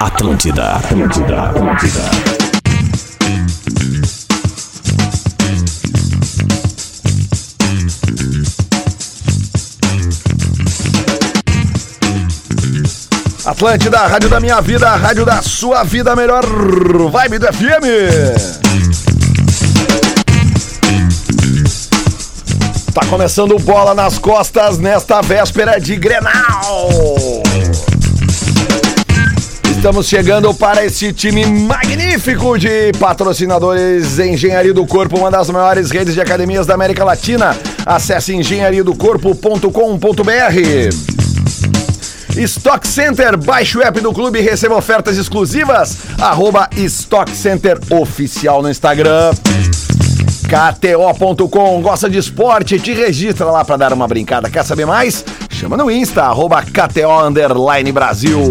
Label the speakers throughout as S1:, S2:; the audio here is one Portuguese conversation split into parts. S1: Atlântida, Atlântida, Atlântida.
S2: Atlântida, a rádio da minha vida, a rádio da sua vida, a melhor vibe do FM. Tá começando o bola nas costas nesta véspera de Grenal. Estamos chegando para esse time magnífico de patrocinadores Engenharia do Corpo, uma das maiores redes de academias da América Latina. Acesse engenhariadocorpo.com.br. Stock Center, baixe o app do clube e receba ofertas exclusivas. Arroba Stock Center Oficial no Instagram. KTO.com, gosta de esporte? Te registra lá pra dar uma brincada. Quer saber mais? Chama no Insta, arroba KTO Underline Brasil.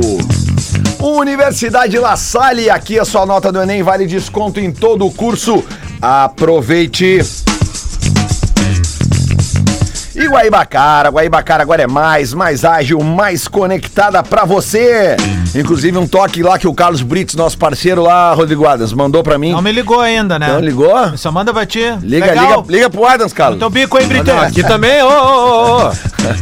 S2: Universidade La Salle, aqui a sua nota do Enem vale desconto em todo o curso. Aproveite! E Guaibacara, Guaibacara agora é mais, mais ágil, mais conectada pra você. Inclusive um toque lá que o Carlos Brits, nosso parceiro lá, Rodrigo Adams, mandou pra mim.
S3: Não me ligou ainda, né?
S2: Não
S4: Então
S2: ligou?
S3: Só manda pra ti.
S2: Liga,
S3: Legal.
S2: liga, liga pro Adams, Carlos.
S3: Teu bico, hein, Britão?
S4: Aqui também, ô, ô, ô, ô.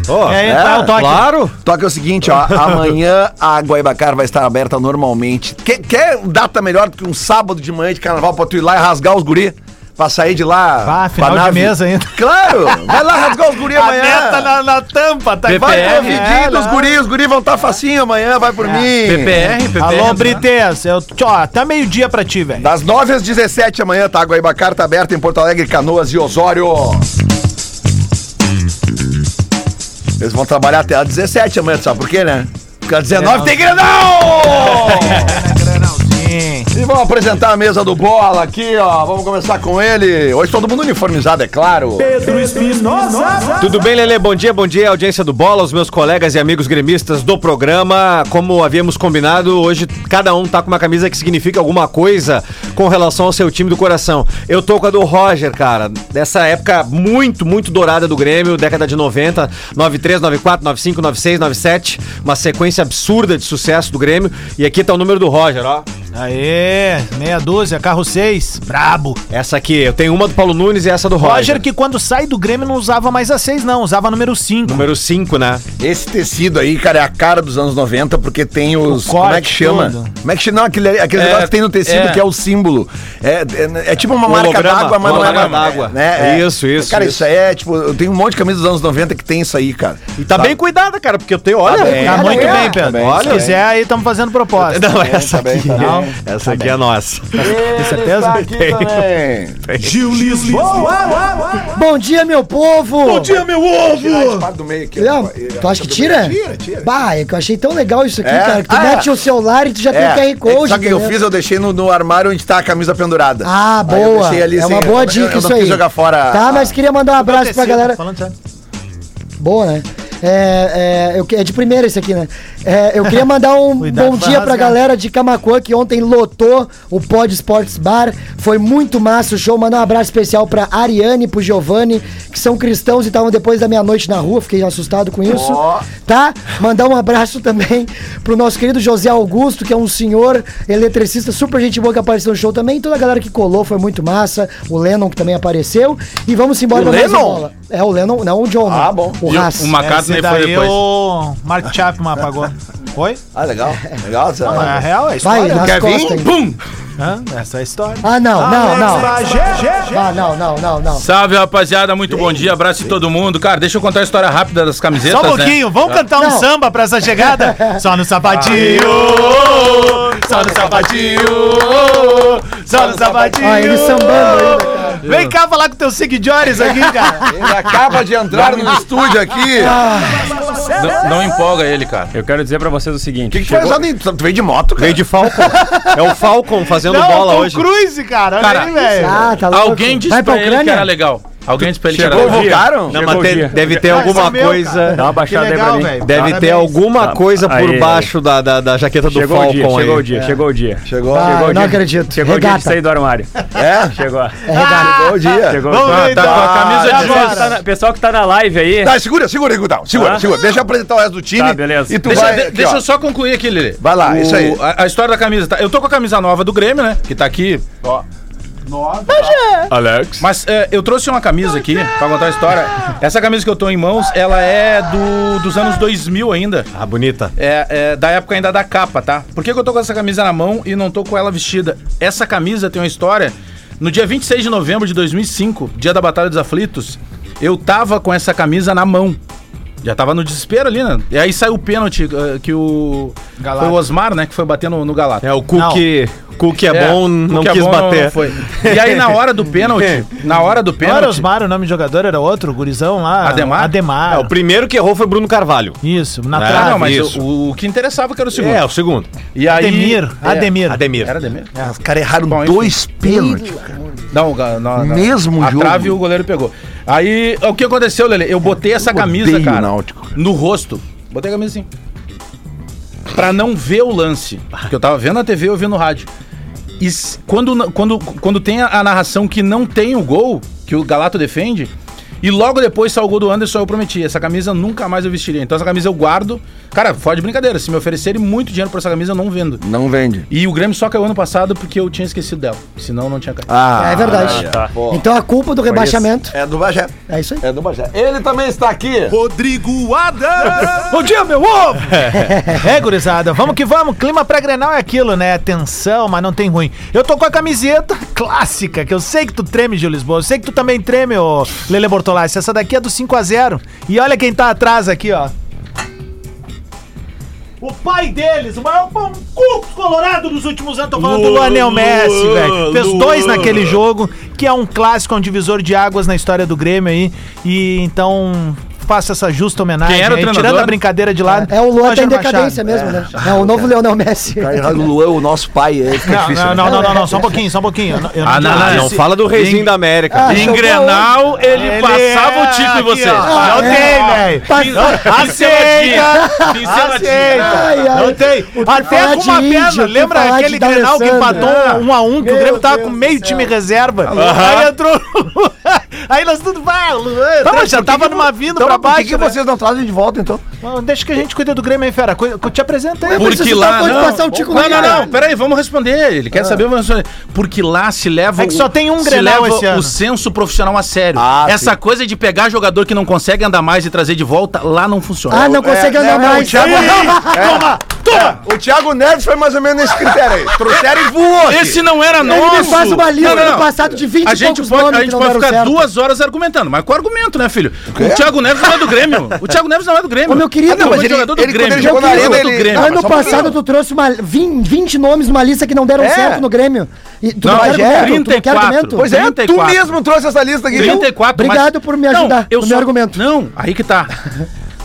S4: Ó,
S3: É, tá, o toque.
S4: Claro.
S2: Toque é né? o seguinte, ó, amanhã a Guaibacara vai estar aberta normalmente. Quer, quer data melhor do que um sábado de manhã de carnaval pra tu ir lá e rasgar os guri? Pra sair de lá.
S3: Vá,
S2: pra
S3: Ah, final de
S2: nave?
S3: mesa ainda.
S2: Claro! Vai lá rasgar os guri
S3: A
S2: amanhã.
S3: meta na, na tampa, tá
S4: PPR,
S2: Vai
S4: É,
S2: no vidinho dos
S3: não.
S2: guris, os guris vão estar facinho amanhã, vai
S3: É.
S2: por mim.
S4: PPR, PPR.
S3: Alô,
S4: né?
S3: Brites, eu, ó, tá meio-dia pra ti, velho.
S2: Das 9 às 17 amanhã, tá? Guaibacara tá aberta em Porto Alegre, Canoas e Osório. Eles vão trabalhar até às 17 amanhã, sabe por quê, né? Porque às 19 tem Grenal!
S3: Sim.
S2: E vamos apresentar a mesa do bola aqui, ó. Vamos começar com ele. Hoje todo mundo uniformizado, é claro.
S4: Tudo bem, Lele? Bom dia, bom dia, audiência do Bola, os meus colegas e amigos gremistas do programa. Como havíamos combinado, hoje cada um tá com uma camisa que significa alguma coisa com relação ao seu time do coração. Eu tô com a do Roger, cara, dessa época muito, muito dourada do Grêmio, década de 90, 93, 94, 95, 96, 97, uma sequência absurda de sucesso do Grêmio. E aqui tá o número do Roger, ó.
S3: Aê, meia dúzia, carro 6, brabo.
S4: Essa aqui, eu tenho uma do Paulo Nunes e essa do Roger.
S3: Roger que quando sai do Grêmio não usava mais a 6, não, usava a número 5.
S4: Número 5, né?
S2: Esse tecido aí, cara, é a cara dos anos 90, porque tem os.
S3: O
S2: como é
S3: corte,
S2: que chama?
S3: tudo.
S2: Como é que chama? Não, aquele, aquele
S4: É,
S2: negócio que tem no tecido,
S4: é.
S2: que é o símbolo. É, é- é tipo uma marca
S4: holograma,
S2: d'água, mas
S4: um
S2: não é
S4: holograma
S2: marca
S4: d'água.
S2: Né? É.
S4: Isso, isso,
S2: Cara,
S4: isso.
S2: isso. aí é, tipo, eu tenho um monte de camisa dos anos 90 que tem isso aí, cara.
S4: E tá, bem cuidada, cara, porque eu tenho, olha,
S2: Tá bem,
S3: Tá
S2: É,
S3: muito
S2: é,
S3: bem,
S2: tá
S3: Pedro.
S2: bem,
S3: Olha,
S2: tá
S3: Se
S2: bem.
S3: quiser, aí estamos fazendo proposta.
S4: Não, essa
S2: tá bem,
S4: aqui,
S2: tá bem.
S4: não, essa aqui é nossa.
S2: Tem
S3: certeza?
S5: tá
S2: aqui também.
S6: Gil Lisboa.
S5: Bom dia, meu povo! Bom dia,
S6: meu ovo.
S2: Parte do meio aqui, ó.
S5: Léo, tu acha que tira?
S2: Tira, tira.
S5: Bah, é que eu achei tão legal isso aqui,
S2: É.
S5: cara. Que tu
S2: Ah,
S5: mete
S2: é.
S5: o celular e tu já tem
S2: É,
S5: o QR Code.
S2: Só que eu
S5: entendeu?
S2: fiz, eu deixei no, no armário onde tá a camisa pendurada.
S5: Ah,
S2: Aí eu
S5: boa.
S2: deixei ali
S5: é uma
S2: sem-
S5: boa
S2: eu-
S5: dica
S2: eu não
S5: isso
S2: quis
S5: aí.
S2: jogar fora
S5: Tá,
S2: a-
S5: mas queria mandar um abraço pra
S3: Tecido,
S5: galera.
S3: falando sério.
S5: Boa, né? É, é, eu que- é de primeira isso aqui, né? É, eu queria mandar um
S3: Cuidado
S5: bom
S3: pra
S5: dia pra
S3: rasgar.
S5: galera de Camacuã que ontem lotou o Pod Sports Bar. Foi muito massa o show. Mandar um abraço especial pra Ariane e pro Giovanni, que são cristãos e estavam depois da meia-noite na rua. Fiquei assustado com isso. Tá? Mandar um abraço também pro nosso querido José Augusto, que é um senhor eletricista, super gente boa que apareceu no show também. Toda a galera que colou foi muito massa. O Lennon que também apareceu. E vamos
S2: O
S5: embora pra mais uma
S2: Lennon?
S5: bola. É, o Lennon, não o John.
S2: Ah, bom.
S5: O Haas.
S6: O McCartney
S3: Esse
S6: foi
S3: daí
S6: depois.
S3: o Mark Chapman apagou. Foi?
S2: Ah, legal. Legal,
S3: Não, mas é
S2: sabe?
S3: real, é
S5: Vai,
S3: história.
S5: nas
S2: Quer vir?
S5: costas. aí.
S6: Bum!
S3: Hã? Essa é a história. é
S5: Ah, não, não, não.
S3: não.
S5: Ah, não, não, não, não.
S6: Salve, rapaziada. Muito bom dia. Abraço de todo mundo. Cara, deixa eu contar a história rápida das camisetas, né?
S3: Só um pouquinho, vamos cantar um
S5: Não.
S3: samba pra essa chegada? Só no sapatinho, só no sapatinho, só no sapatinho.
S5: Ah, ele sambando ainda, cara.
S3: Vem cá falar com teus seguidores aqui, cara.
S2: Ele acaba de entrar no estúdio aqui.
S6: né? Não, não empolga ele, cara.
S7: Eu quero dizer pra vocês o
S2: O que,
S7: seguinte.
S2: que tu faz lá dentro? Tu veio de moto, cara?
S4: Veio de Falcon. É o Falcon fazendo
S3: Não,
S4: bola
S3: Tom
S4: hoje.
S3: Cruise, cara. Olha
S6: Cara,
S3: aí, velho.
S5: Ah, tá louco.
S6: Alguém disse
S5: Vai pra
S6: pra ele que
S5: Ucrânia?
S6: era legal. Alguém disse pra ele que
S7: Chegou
S6: era
S7: o dia.
S2: Convocaram?
S4: Não,
S7: Chegou
S4: mas
S7: o
S4: te-
S7: dia.
S4: deve ter
S3: Ah, esse é
S4: alguma
S3: o meu,
S4: coisa.
S3: cara.
S7: Dá uma baixada
S3: Que legal,
S7: aí pra mim.
S3: velho.
S4: Deve ter
S3: Parabéns.
S4: alguma
S7: Tá.
S4: coisa por
S7: Aí, aí.
S4: baixo Da, da, da jaqueta do
S7: Chegou o dia,
S4: Falcon aí.
S7: chegou o dia, chegou o dia.
S2: Chegou.
S5: Ah,
S7: Chegou
S5: não
S7: o dia.
S5: acredito.
S7: Chegou o dia de
S5: Regata.
S7: sair do armário.
S2: É?
S7: Chegou.
S2: Chegou o dia.
S7: Chegou
S3: Vamos
S7: o
S3: ver, então.
S6: Tá
S7: dia.
S6: com a camisa
S7: Tá,
S6: de
S7: pessoal que
S6: Jesus.
S7: tá na- Pessoal que tá na live aí.
S2: Tá, segura, segura, Gudão. Segura,
S7: Hã?
S2: segura. Deixa eu apresentar o resto do time.
S7: Tá, beleza.
S2: E tu
S6: Deixa,
S2: vai.
S6: de-
S2: aqui,
S6: deixa
S2: ó.
S6: eu só concluir aqui, Lili.
S2: Vai lá, isso aí.
S6: A, a história da camisa. tá? Eu tô com a camisa nova do Grêmio, né? Que tá aqui. Ó.
S7: Alex.
S6: Mas é, eu trouxe uma camisa aqui pra contar a história. Essa camisa que eu tô em mãos, ela é do, dos anos 2000 ainda.
S4: Ah, bonita.
S6: É, é, da época ainda da capa, tá? Por que, que eu tô com essa camisa na mão e não tô com ela vestida? Essa camisa tem uma história. No dia 26 de novembro de 2005, dia da Batalha dos Aflitos, eu tava com essa camisa na mão. Já tava no desespero ali, né? E aí saiu o pênalti eh, que o.
S3: Galato.
S6: Foi o Osmar, né? Que foi bater no, no Galato.
S4: É, o cookie, cookie é,
S6: É,
S4: bom, não
S6: o que é
S4: quis
S6: bom
S4: bater.
S6: não foi. E aí, na hora do pênalti, na hora do
S3: Não era
S6: pênalti,
S3: Osmar, o nome do jogador era outro, o gurizão lá.
S6: Ademar?
S4: É,
S3: Ademar.
S4: o primeiro que errou foi Bruno Carvalho.
S3: Isso, na
S4: Ah,
S6: Ah,
S3: trave.
S6: não, mas
S4: Isso.
S6: o, o que interessava que era o segundo.
S4: É, o segundo.
S6: E aí, é,
S3: Ademir, Ademir.
S4: Ademir.
S6: Era Ademir?
S2: É, Os caras erraram
S6: Bom, enfim.
S2: dois pênaltis.
S6: Não, na, na,
S2: Mesmo
S6: a
S2: jogo.
S6: trave o goleiro pegou. Aí, o que aconteceu, Lele? Eu botei essa camisa,
S2: odeio
S6: cara,
S2: o Náutico, cara.
S6: no rosto. Botei a camisa assim. Pra não ver o lance. Porque eu tava vendo na TV e ouvindo no rádio. E s- quando, na- quando, quando tem a, a narração que não tem o gol, que o Galato defende, e logo depois sai o gol do Anderson, eu prometi. Essa camisa nunca mais eu vestiria. Então essa camisa eu guardo. Cara, fora de brincadeira. Se me oferecerem muito dinheiro por essa camisa, eu não vendo.
S2: Não vende.
S6: E o Grêmio só caiu ano passado porque eu tinha esquecido dela. Senão não tinha caído.
S2: Ah,
S5: É verdade.
S7: Ah, tá.
S5: Então a culpa do rebaixamento
S2: é do Bagé.
S5: é isso aí.
S2: É do Bagé. Ele também está aqui.
S3: Rodrigo Adams!
S2: Bom dia, meu ovo!
S3: É, gurizada, vamos que vamos. Clima pré-grenal é aquilo, né? Tensão, mas não tem ruim. Eu tô com a camiseta clássica, que eu sei que tu treme, Gil Lisboa. Eu sei que tu também treme, ô Lele Bortolassi. Essa daqui é do 5x0. E olha quem tá atrás aqui, ó. O pai deles, o maior pão cu colorado dos últimos anos, tô falando do Lionel Messi, velho. Fez dois naquele jogo, que é um clássico, é um divisor de águas na história do Grêmio aí. E então faço essa justa homenagem.
S6: Quem era o
S3: aí,
S6: treinador?
S3: tirando a brincadeira de lado.
S5: É o Luan tá em
S3: Roger
S5: decadência
S3: Machado.
S5: mesmo, né? É o novo Leonel Messi.
S2: Tá errado o Luan, o nosso pai. Aí fica
S3: Não,
S2: difícil.
S3: não,
S2: né?
S3: não, não, não, não, só um pouquinho, só um pouquinho. Eu não- eu
S6: Ah,
S3: digo
S6: não,
S3: isso.
S4: Não fala do Reizinho da América.
S5: Ah,
S6: Em
S5: chegou
S6: Grenal, ele,
S3: Ele
S6: passava o tico
S3: é
S6: em você.
S3: aqui, ó. Não
S5: é.
S3: tem, velho. Aceita!
S5: Ai,
S3: Aceita!
S5: ai.
S3: Não tem.
S5: falar
S3: Até com
S5: de
S3: uma
S5: índio,
S3: perna.
S5: que
S3: Lembra
S5: falar
S3: aquele
S5: de
S3: Grenal que
S5: D'Alessandro.
S3: empatou um a um, que o
S5: Meu
S3: Grêmio tava
S5: Deus
S3: com
S5: do
S3: meio
S5: céu.
S3: time reserva. Aí entrou o Luan. Aí nós tudo, vai, Luan.
S2: Tá,
S3: Tá,
S2: mas
S3: já
S2: por que
S3: tava
S2: que
S3: numa
S2: vo-
S3: vindo
S2: então,
S3: pra
S2: Por
S3: baixo.
S2: que que
S3: né?
S2: vocês não trazem de volta, então?
S3: Bom, Deixa que a gente cuida do Grêmio, hein, fera. Cuida- Te apresenta aí.
S6: Por
S5: Mas
S6: que
S5: você
S6: lá,
S5: tá falando de
S6: não?
S5: passar o tico
S6: Não,
S5: no
S6: não,
S5: cara.
S6: não, peraí, vamos responder. Ele quer saber, vamos responder. Porque lá se leva.
S3: É que
S6: o-
S3: só tem um
S6: se
S3: Grenal
S6: leva
S3: esse ano.
S6: o senso profissional a sério.
S2: Ah,
S6: Essa coisa de pegar jogador que não consegue andar mais e trazer de volta, lá não funciona.
S5: Ah, não consegue andar
S2: né,
S5: mais.
S2: o Thiago- É.
S3: Toma! Toma!
S2: O Thiago Neves foi mais ou menos nesse critério aí. Trouxeram e voou.
S6: Esse não era
S5: Ele
S6: nosso.
S5: me faz uma lista
S6: Não, não,
S5: do
S6: não.
S5: passado de 20
S6: A
S5: e
S6: gente
S5: poucos
S6: pode,
S5: nomes
S6: a
S5: que
S6: gente
S5: não
S6: pode
S5: deram
S6: ficar
S5: certo.
S6: duas horas argumentando, mas com argumento, né, filho? O Thiago Neves não é do Grêmio. O Thiago Neves não é do Grêmio.
S5: Ô, meu querido,
S6: Ah, não, mas
S5: mas
S6: ele, jogador do
S2: ele- quando
S6: Grêmio.
S2: ele jogou na
S6: Jogador
S2: arena,
S6: do
S2: ele-
S6: Grêmio.
S2: Ah,
S5: ano
S2: só um
S5: passado
S2: pouquinho.
S5: tu trouxe uma 20, 20 nomes numa lista que não deram
S2: É.
S5: certo no Grêmio. E tu
S6: Não,
S5: quer
S6: mas é
S5: argumento? Tu
S6: 34.
S2: Pois é, tu
S6: 34.
S2: mesmo trouxe essa lista aqui. viu?
S6: 34,
S5: Obrigado por me ajudar,
S6: eu
S5: no meu argumento.
S6: Não, aí que tá.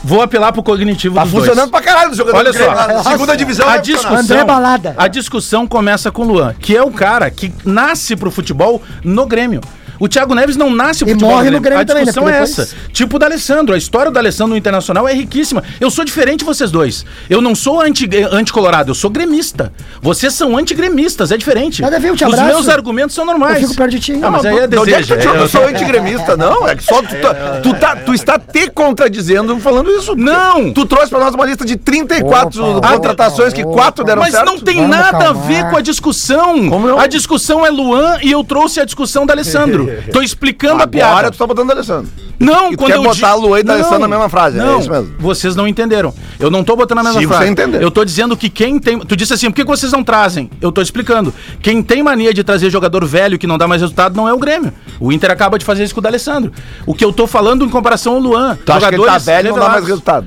S6: Vou apelar pro cognitivo
S2: Tá
S6: dos
S2: funcionando
S6: dois.
S2: pra caralho o jogador.
S6: Olha
S2: do
S6: só,
S2: Grêmio, lá na Segunda divisão. é
S6: a
S2: vai funcionar.
S6: discussão,
S5: André Balada.
S6: a discussão começa com o Luan, que é o cara que nasce pro futebol no Grêmio. O Thiago Neves não nasce pro
S5: E
S6: futebol
S5: morre no Grêmio
S6: A
S5: também, né?
S6: discussão
S5: Porque
S6: é
S5: depois-
S6: essa. Tipo o da Alessandro. A história do Alessandro no Internacional é riquíssima. Eu sou diferente de vocês dois. Eu não sou anti- anti-colorado, eu sou gremista. Vocês são anti-gremistas, é diferente.
S5: Nada a ver, eu te
S6: Os
S5: abraço.
S6: meus argumentos são normais.
S5: Eu fico perto de ti.
S6: Ah, mas aí é
S2: Não, onde é que
S6: desejo.
S2: tu tirou que
S6: é-
S2: eu sou antigremista, não? É que só tu, tá, tu, tá- tu está te contradizendo falando isso.
S6: Não!
S2: Tu trouxe pra nós uma lista de 34
S5: Opa,
S2: contratações
S5: opa,
S2: que
S5: opa.
S2: quatro deram
S6: Mas
S2: certo.
S6: não tem
S5: Vamos
S6: nada a
S5: acalmar.
S6: ver com a discussão.
S2: Como não?
S6: A discussão é Luan e eu trouxe a discussão da Alessandro. Tô explicando a
S2: Agora
S6: piada.
S2: tu tá botando o Alessandro.
S6: Não,
S2: E tu
S6: quando
S2: quer
S6: eu
S2: botar
S6: di-
S2: Luan e D'Alessandro na
S6: Não,
S2: mesma frase, é
S6: Não,
S2: isso mesmo?
S6: vocês não entenderam. Eu não tô botando na mesma
S2: Se você
S6: frase.
S2: entender.
S6: Eu tô dizendo que quem tem... Tu disse assim, por que que vocês não trazem? Eu tô explicando. Quem tem mania de trazer jogador velho que não dá mais resultado não é o Grêmio. O Inter acaba de fazer isso com o D'Alessandro. O que eu tô falando em comparação ao Luan.
S2: Tu acha que ele tá velho e não dá mais
S6: revelados.
S2: resultado.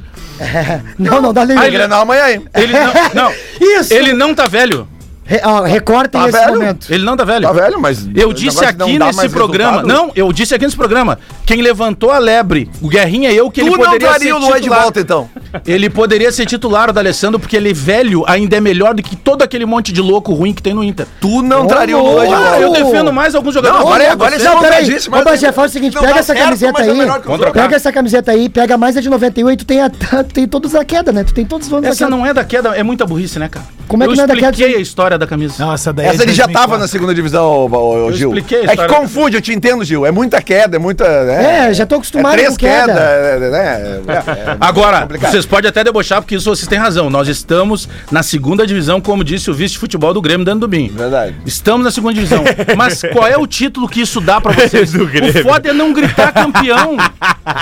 S5: Não, não dá nem.
S6: Ah,
S2: Ele é na amanhã aí.
S6: Ele não, não.
S5: Isso.
S6: Ele não tá velho.
S5: Re, ó, recortem
S2: Tá
S5: esse
S2: velho?
S5: momento.
S6: Ele não tá velho.
S2: Tá velho, mas.
S6: Eu disse
S2: Agora que não
S6: aqui
S2: dá
S6: nesse
S2: mais
S6: programa.
S2: resultado,
S6: Não, eu disse aqui nesse programa. Quem levantou a lebre, o Guerrinha e eu, que
S2: Tu
S6: ele
S2: não
S6: poderia ser
S2: traria o Luan de
S6: titular.
S2: volta, então.
S6: Ele poderia ser titular do Alessandro porque ele é velho, ainda é melhor do que todo aquele monte de louco ruim que tem no Inter.
S2: Tu não traria o Lula de
S6: Ah,
S2: volta.
S6: eu defendo mais alguns jogadores.
S2: Não, agora é-
S6: Ô,
S2: agora é
S6: você-
S2: só-
S5: Não, peraí.
S2: Isso, mas-
S5: Ô, Bagé, faz o seguinte,
S2: Não
S5: pega
S2: dá
S5: essa
S2: certo,
S5: camiseta
S2: mas é
S5: aí.
S2: melhor que os outros.
S5: Pega essa camiseta aí, pega mais a de 98, tem, a, tem todos a queda, né? Tu tem todos os anos
S6: Essa
S5: a queda.
S6: não é da queda, é muita burrice, né, cara?
S5: Como é que
S6: eu
S5: não é da queda?
S6: expliquei a história da camisa.
S3: Nossa,
S7: É,
S3: daí.
S2: Essa ele já tava
S3: estava
S2: na segunda divisão, ô, ô, ô, Gil.
S6: expliquei a
S2: É que
S6: história.
S2: confunde, eu te entendo, Gil. É muita queda, é muita. né?
S5: É, já tô acostumado
S2: É três
S5: com queda.
S2: quedas, é, né? É, é.
S6: Agora,
S2: complicado.
S6: vocês podem até debochar, porque isso vocês têm razão. Nós estamos na segunda divisão, como disse o vice-futebol do Grêmio, Dando Dubim.
S2: é Verdade.
S6: Estamos na segunda divisão. Mas qual é o título que isso dá pra vocês? o foda é não gritar campeão.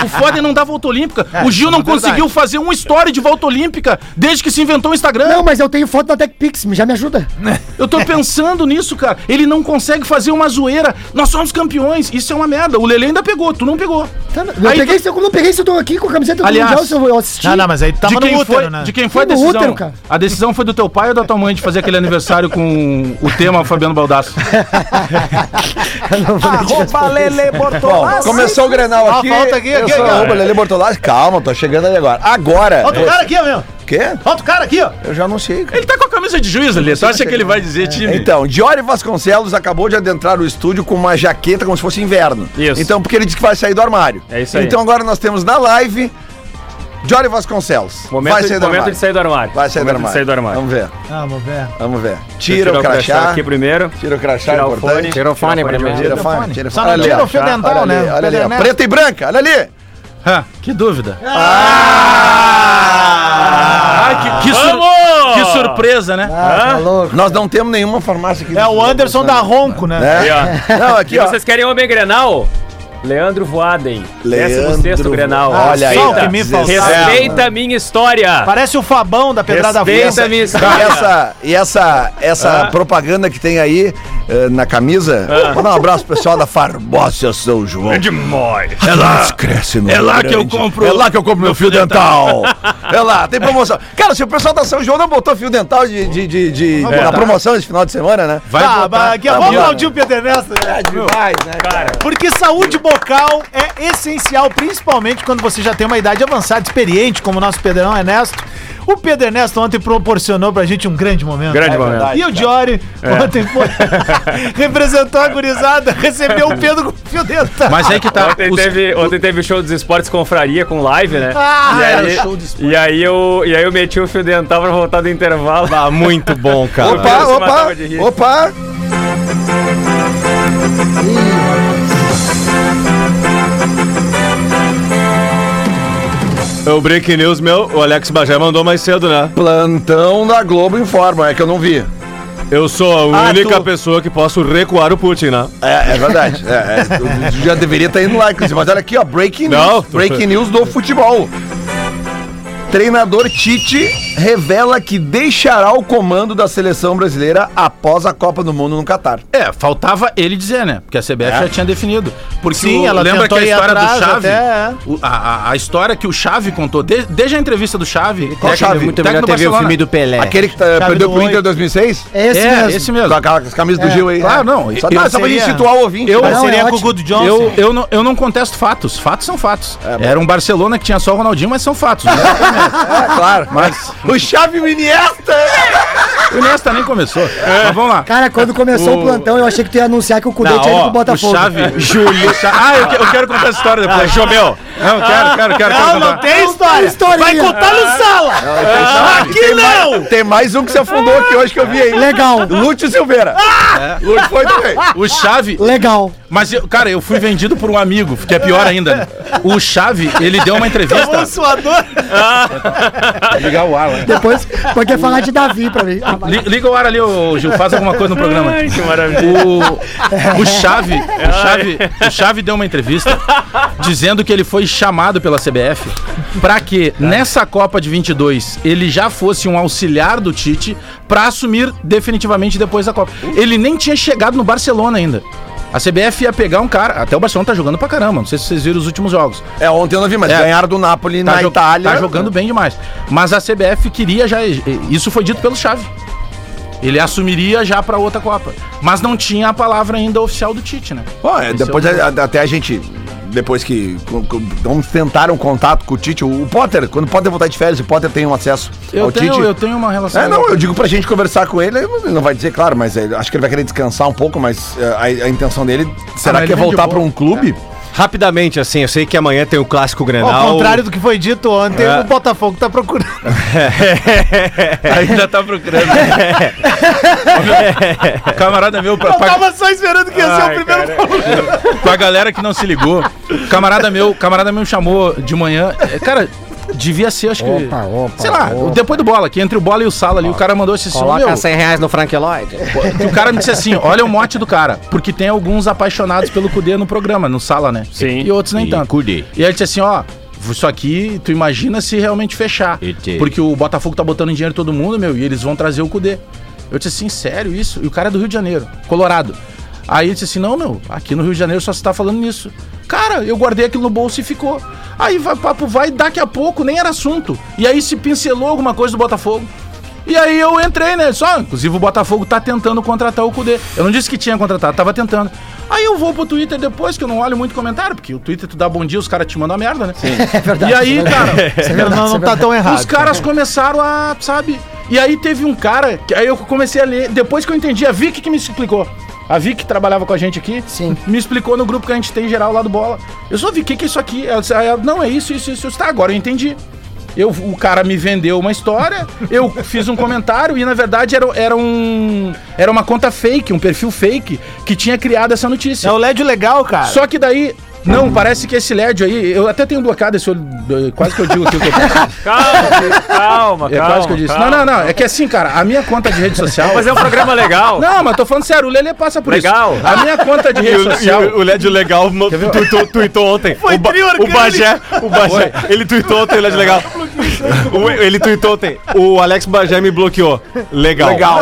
S6: O foda é não dar volta olímpica. o Gil
S5: é
S6: não conseguiu fazer um story de volta olímpica desde que se inventou o Instagram.
S5: Não, mas eu tenho foto da TechPix, já me ajuda.
S6: Eu tô pensando nisso, cara. Ele não consegue fazer uma zoeira. Nós somos campeões. Isso é uma merda. O Lele ainda pegou, tu não pegou.
S5: Tá, Eu
S6: Aí
S5: peguei,
S6: tu-
S5: se eu não peguei, se eu tô aqui com a camiseta do
S6: Aliás,
S5: Mundial, se eu vou assistir.
S3: Ah, não, mas aí tava
S6: de, quem
S3: no
S6: foi,
S3: útero, né?
S6: de quem foi a
S5: Foi no
S6: decisão?
S5: útero, cara.
S6: A decisão foi do teu pai ou da tua mãe de fazer aquele aniversário com o tema Fabiano Baldasso?
S5: não vou nem te responder.
S2: Bom, começou o Grenal
S3: Ah,
S2: aqui.
S3: falta aqui, aqui,
S2: Eu sou
S3: aqui, ó.
S2: arroba Lele Bortolassi. Calma, tô chegando ali agora. Agora.
S3: Outro cara aqui, ó, meu.
S2: O quê?
S3: Outro cara aqui, ó.
S2: Eu já não sei, cara.
S6: Ele tá com a camisa de juiz ali. Tu acha que ele vai dizer time?
S5: É,
S2: Então, Diori Vasconcelos acabou de adentrar o estúdio com uma jaqueta como se fosse inverno.
S7: Isso.
S2: Então, porque ele disse que vai sair do armário.
S7: É isso aí.
S2: Então agora nós temos na live Diori Vasconcelos.
S7: Momento,
S2: vai sair do
S7: momento
S2: armário.
S7: de sair do armário.
S2: Vai sair do
S7: momento
S2: armário.
S7: de sair do armário.
S2: Vamos ver,
S3: Vamos ver.
S2: vamos ver.
S7: Deixa eu
S2: Tira
S7: tirar
S2: o crachá.
S7: aqui primeiro.
S2: Tira o crachá,
S7: Tirar o
S2: importante.
S7: fone.
S2: Tira
S7: o fone primeiro.
S2: o fone. Tira o
S3: Só
S2: fone.
S3: não
S2: Olha
S3: tira
S2: ali,
S3: o fio
S2: ó.
S3: dental,
S2: Olha ali,
S3: né?
S2: Olha ali, ó.
S3: Né?
S2: Preta e branca, olha ali.
S6: Ah, que dúvida. Ah, que, que, sur-
S7: Vamos!
S6: que surpresa, né?
S5: Ah, tá louco.
S2: Nós não temos nenhuma farmácia aqui.
S3: É o Anderson da Ronco, né?
S2: É.
S7: Aí, ó.
S2: Não,
S7: E
S2: aqui, ó.
S7: vocês querem homem Grenal? Leandro Voaden.
S2: Leandro
S7: 16 Grenal.
S2: Voaden. Olha
S3: aí,
S7: Respeita,
S3: cara. me faltava.
S7: respeita a minha história.
S3: Parece o Fabão da Pedrada
S7: Respeita
S3: Funda.
S7: a minha
S2: E
S7: história.
S2: essa, e essa, essa
S7: Ah.
S2: propaganda que tem aí eh, na camisa. Manda um abraço pro pessoal da Farmácia São João. É
S7: demais.
S2: lá, cresce no é lá que eu compro. É lá que eu compro meu fio dental. é lá, tem promoção. Cara, se o pessoal da São João não botou fio dental de, de, de, de- na promoção esse final de semana, né?
S6: Vai
S3: Tá,
S6: botar.
S3: mas aqui, ó,
S2: Tá
S3: vamos
S2: bom.
S3: aplaudir o Peter Nessa.
S2: demais, né?
S7: Cara,
S3: Porque saúde bucal é essencial, principalmente quando você já tem uma idade avançada, experiente, como o nosso Pedrão Ernesto. O Pedro Ernesto ontem proporcionou pra gente um grande momento.
S7: Grande É momento. verdade,
S3: E o Diori ontem foi, representou a gurizada, recebeu o Pedro com o fio dental.
S6: Mas
S4: é
S6: aí que tá.
S7: Ontem,
S6: Os-
S7: teve, ontem teve show dos esportes confraria com live, né?
S3: Ah,
S7: e,
S6: era
S7: aí,
S6: show de esporte.
S7: e aí eu e aí eu meti o fio dental pra voltar do intervalo.
S4: Ah, muito bom, cara.
S2: Opa,
S7: Eu se
S2: opa,
S7: matava de rir.
S2: opa.
S4: É o Break News meu, o Alex Bajé mandou mais cedo, né?
S2: Plantão da Globo informa, é que eu não vi.
S4: Eu sou a
S2: Ah,
S4: única
S2: tu-
S4: pessoa que posso recuar o Putin, né?
S2: É, é verdade. É, é, eu já deveria estar indo lá, inclusive. Mas olha aqui, ó, breaking news.
S4: Não.
S2: Breaking news do futebol. Treinador Tite revela que deixará o comando da seleção brasileira após a Copa do Mundo no Catar.
S6: É, faltava ele dizer, né? Porque a CBF já tinha definido. Porque
S3: É. Sim,
S6: o-
S3: ela
S6: lembra que
S3: tentou
S6: a
S3: ir
S6: história do
S3: atrás
S6: Chave,
S3: até, é.
S6: o- a, a- a história que o Chave contou, de- desde a entrevista do Chave,
S2: Qual Xavi?
S6: muito melhor teve o filme do Pelé.
S2: Aquele que tá-
S3: Chave
S2: perdeu
S3: do
S2: pro Inter
S3: oito.
S2: em 2006?
S5: É esse
S6: é,
S5: mesmo.
S6: esse mesmo.
S2: Com aquelas camisas do Gil aí.
S6: Claro,
S2: é.
S6: não,
S2: Só,
S6: eu
S2: não, só pra gente
S3: seria-
S2: situar o ouvinte.
S6: eu-
S2: né?
S5: Não,
S3: Parceria
S5: é
S3: com o
S5: ótimo.
S3: Good Johnson.
S6: Eu, eu, não, eu não contesto fatos, fatos são fatos. Era um Barcelona que tinha só o Ronaldinho, mas são fatos. Né?
S2: É, claro. Mas o é- Chave Miniesta!
S6: o Nesta nem começou. Mas vamos lá.
S5: Cara, quando começou o... plantão, eu achei que tu ia anunciar que o Cudê
S6: Não,
S5: tinha ido
S6: ó,
S5: pro Botafogo.
S6: O Chave. Júlio. Ah, eu, que- eu quero contar essa história depois. Ah, Jomel. Não, quero, quero, quero. quero
S3: Não,
S6: contar.
S3: não tem história.
S5: história
S3: Vai
S5: aí.
S3: contar no sala.
S2: Ah, Aqui não! tem mais um que se afundou aqui hoje que eu vi aí.
S5: Legal.
S2: Lúcio Silveira. Lúcio foi também.
S6: O Chave,
S5: Legal.
S6: Mas, eu- cara, eu fui vendido por um amigo, que é pior ainda. né? O Chave, ele deu uma
S3: O
S6: entrevista.
S3: suador.
S6: Ligar o ar, né?
S5: Depois, porque falar de Davi pra mim. Ah, vai.
S6: Li- Liga o ar ali, ô, Gil, faz alguma coisa no programa.
S7: Ai, que maravilha.
S6: O, o Chave, o Chave, o Chave deu uma entrevista dizendo que ele foi chamado pela CBF pra que nessa Copa de 22 ele já fosse um auxiliar do Tite pra assumir definitivamente depois da Copa. Ele nem tinha chegado no Barcelona ainda. A CBF ia pegar um cara, até o Barcelona tá jogando pra caramba, não sei se vocês viram os últimos jogos.
S2: É, ontem eu não vi, mas
S6: É.
S2: ganharam do Napoli
S6: tá
S2: na
S6: jo-
S2: Itália.
S6: Tá jogando bem demais. Mas a CBF queria já. Isso foi dito pelo Chave. Ele assumiria já pra outra Copa. Mas não tinha a palavra ainda oficial do Tite, né?
S2: Ó, é,
S6: Esse
S2: depois
S6: é o-
S2: a- a- até a gente depois que com- com- não tentaram contato com o Tite, o o Potter, quando o Potter voltar de férias, o Potter tem um acesso
S6: Eu
S2: ao
S6: tenho,
S2: Tite.
S6: eu tenho uma relação.
S2: É, não, eu digo pra gente conversar com ele, ele não vai dizer, claro, mas ele- acho que ele vai querer descansar um pouco, mas é, a, a intenção dele, será
S6: mas
S2: que é
S6: Ah, ele vem de
S2: voltar pra
S6: boa. É.
S2: um clube?
S4: Rapidamente, assim, eu sei que amanhã tem o clássico Grenal. É.
S3: Ao contrário do que foi dito ontem, o Botafogo tá procurando.
S6: Ainda tá procurando. O camarada meu, pra, pra-
S3: só esperando que ia ser o primeiro
S6: pra galera que não se ligou, o camarada meu, o camarada meu me chamou de manhã. é, Cara, devia ser, acho que.
S5: Opa, opa,
S6: sei lá,
S5: opa.
S6: depois do bola, que entre o bola e o sala ali, o cara mandou esse som, meu.
S4: 100 reais no Frank Lloyd.
S6: O cara me disse assim: olha o mote do cara, porque tem alguns apaixonados pelo Cudê no programa, no sala, né?
S7: Sim.
S6: E outros nem
S8: E
S6: tanto.
S8: Kudê.
S6: E aí ele disse assim: ó. Isso aqui, tu imagina se realmente fechar.
S8: E tê.
S6: Porque o Botafogo tá botando em dinheiro todo mundo, meu, e eles vão trazer o Cudê. Eu disse assim, sério isso? E o cara é do Rio de Janeiro, Colorado. Aí ele disse assim, não, meu, aqui no Rio de Janeiro só se tá falando nisso. Cara, eu guardei aquilo no bolso e ficou. Aí vai, papo vai, daqui a pouco, nem era assunto. E aí se pincelou alguma coisa do Botafogo. E aí eu entrei, né? Só, inclusive o Botafogo tá tentando contratar o Cudê. Eu não disse que tinha contratado, tava tentando. Aí eu vou pro Twitter depois, que eu não olho muito comentário, porque o Twitter tu dá bom dia, os caras te mandam a merda, né? Sim.
S5: verdade,
S6: E aí,
S5: é verdade.
S6: cara,
S5: Isso é
S3: Não,
S5: verdade,
S3: não,
S5: isso
S3: tá
S5: é verdade.
S3: tão errado.
S6: os caras começaram a, sabe? E aí teve um cara, que aí eu comecei a ler, depois que eu entendi, a Vicky que me explicou. A Vicky que trabalhava com a gente aqui,
S5: Sim.
S6: me explicou no grupo que a gente tem geral lá do Bola. Eu só vi, o que, que é isso aqui? Ela, disse, aí ela, não, é isso, isso, isso. Eu disse, Tá, agora eu entendi. Eu, o cara me vendeu uma história, eu fiz um comentário e na verdade era, era um. Era uma conta fake, um perfil fake, que tinha criado essa notícia.
S3: É o LED legal, cara.
S6: Só que daí. Não, parece que esse LED aí. Eu até tenho blocado esse olho. eh, Quase que eu digo aqui o que eu penso.
S7: Calma, calma, calma.
S6: É quase que eu disse.
S7: calma.
S6: Não, não, não. É que assim, cara, a minha conta de rede social.
S7: Mas é um programa legal.
S6: Não, mas tô falando sério, o Lelê passa por
S7: Legal.
S6: isso. A minha conta de
S4: E
S6: rede
S4: o, e
S6: social.
S4: o- o LED legal mo-
S6: ver?
S4: tu- tu- tweetou ontem. o, ba o Bagé, o Bagé, ele tweetou ontem, o LED legal. O- ele tweetou ontem. O Alex Bagé me bloqueou. Legal. Legal.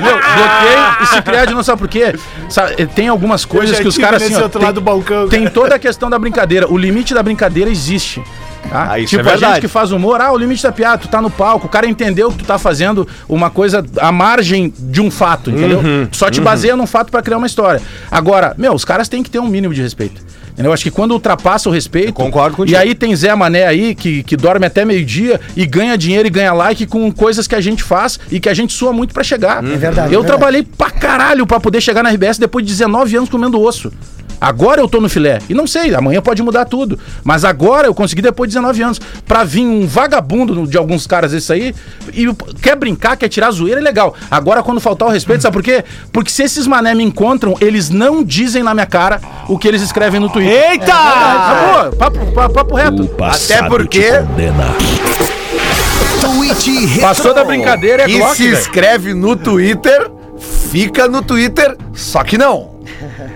S6: Meu, bloqueei e se criar de não sabe por quê. Sabe, tem algumas coisas
S3: já
S6: que os
S3: tive
S6: caras
S2: né,
S3: nesse
S6: assim, ó,
S3: outro
S6: tem,
S3: lado do balcão,
S6: tem toda a questão da brincadeira. O limite da brincadeira existe. tá?
S4: Ah, isso
S6: tipo,
S4: é
S6: a
S4: verdade.
S6: gente que faz humor, ah, o limite da piada, tu tá no palco, o cara entendeu que tu tá fazendo uma coisa à margem de um fato, entendeu? Tu Só te baseia num fato pra criar uma história. Agora, meu, os caras têm que ter um mínimo de respeito. Eu acho que quando ultrapassa o respeito.
S4: concordo
S6: E
S4: contigo.
S6: aí tem Zé Mané aí, que, que dorme até meio-dia e ganha dinheiro e ganha like com coisas que a gente faz e que a gente sua muito pra chegar. É
S5: verdade,
S6: Eu
S5: é verdade.
S6: trabalhei pra caralho pra poder chegar na RBS depois de 19 anos comendo osso. Agora eu tô no filé. E não sei, amanhã pode mudar tudo. Mas agora eu consegui depois de 19 anos. Pra vir um vagabundo de alguns caras esse aí. E o- quer brincar, quer tirar zoeira, é legal. Agora, quando faltar o respeito, sabe por quê? Porque se esses mané me encontram, eles não dizem na minha cara o que eles escrevem no Twitter.
S3: Eita!
S6: Acabou, papo, papo, papo reto.
S1: O passado
S2: Até porque-
S1: te condena.
S6: Passou da brincadeira, é
S2: E
S6: Glock,
S2: se
S6: velho.
S2: inscreve no Twitter, fica no Twitter, só que não.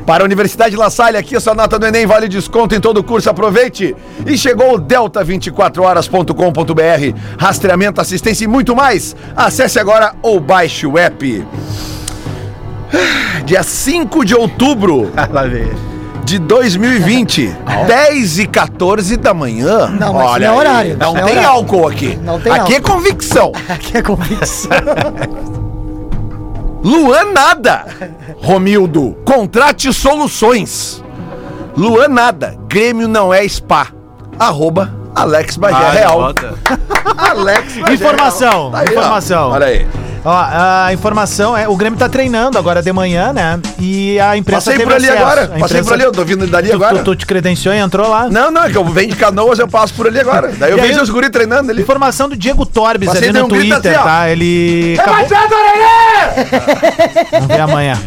S2: Para a Universidade La Salle, aqui a sua nota do Enem vale desconto em todo o curso, aproveite. E chegou o delta24horas.com.br, rastreamento, assistência e muito mais. Acesse agora ou baixe o app. Ah, Dia 5 de outubro
S5: Ah,
S2: de 2020, 10 e 14 da manhã.
S5: Não, mas
S2: Olha
S5: não
S2: aí,
S5: é horário,
S2: Não
S5: não é
S2: tem
S5: horário.
S2: álcool aqui.
S5: Não tem
S2: aqui é
S5: álcool.
S2: convicção.
S5: Aqui é convicção.
S2: Luan nada. Romildo, contrate soluções. Luan nada. Grêmio não é spa. Arroba Alex Bagé Real. Alex Bagé
S3: Ah, Informação,
S2: Real. Tá aí, ó.
S3: informação.
S2: Olha aí.
S3: Ó, a informação é, o Grêmio tá treinando agora de manhã, né? E a imprensa
S2: Passei
S3: teve
S2: por ali
S3: acesso.
S2: agora.
S3: A
S2: Passei
S3: imprensa-
S2: por ali, eu tô vindo dali
S3: Tu,
S2: agora.
S3: tu, tu te credenciou e entrou lá.
S2: Não, não, é que eu venho de canoas, eu passo por ali agora. Daí eu
S3: E aí
S2: vejo
S3: eu-
S2: os guri treinando ali.
S3: Informação do Diego Torbes
S2: Passei,
S3: ali
S2: dei
S3: no
S2: um grito
S3: Twitter,
S2: assim, ó.
S3: tá? Ele acabou... Vamos ver amanhã.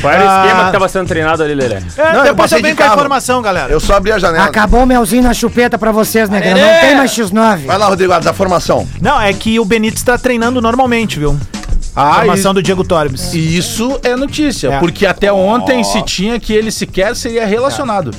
S7: Qual era o
S3: Ah.
S7: esquema que tava sendo treinado ali, Lelé?
S3: É,
S2: Não, eu
S3: depois
S2: passei
S3: eu,
S2: de
S3: venho com a
S2: carro.
S3: informação, galera.
S2: Eu só abri a janela.
S5: Acabou o melzinho na chupeta pra vocês, negrão. Não tem mais X9.
S2: Vai lá, Rodrigo Alves, a formação.
S3: Não, é que o Benítez tá treinando normalmente, viu?
S6: Ah,
S3: Informação
S6: e,
S3: do Diego Torbes.
S6: e isso é notícia,
S3: É.
S6: porque até ontem se tinha que ele sequer seria relacionado.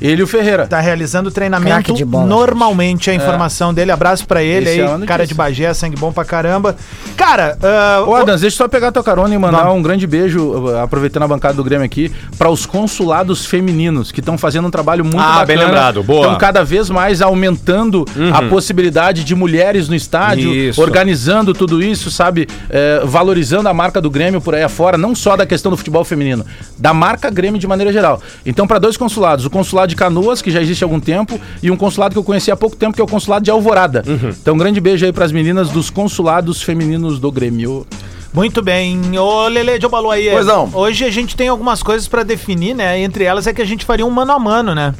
S6: Ele e o Ferreira.
S3: Tá realizando o treinamento
S5: Craque de bola,
S3: normalmente
S2: É.
S3: a informação dele. Abraço pra ele
S6: Isso é
S3: aí,
S6: uma notícia.
S3: cara de Bagé, sangue bom pra caramba. Cara, ah,
S6: Ô, Adams, deixa eu só pegar tua carona e mandar
S3: Vamos.
S6: um grande beijo, uh, aproveitando a bancada do Grêmio aqui, para os consulados femininos, que estão fazendo um trabalho muito
S4: Ah, bem lembrado, boa. Uhum.
S6: Estão cada vez mais aumentando a possibilidade de mulheres no estádio,
S4: Isso.
S6: organizando tudo isso, sabe? É, valorizando a marca do Grêmio por aí afora, não só da questão do futebol feminino, da marca Grêmio de maneira geral. Então, para dois consulados, o consulado consulado de Canoas, que já existe há algum tempo, e um consulado que eu conheci há pouco tempo, que é o consulado de Alvorada.
S4: Uhum.
S6: Então, um grande beijo aí pras meninas dos consulados femininos do Grêmio.
S3: Muito bem. Ô, Lele, de Obalu aí.
S2: Pois não.
S3: Hoje a gente tem algumas coisas pra definir, né? Entre elas é que a gente faria um mano a mano, né?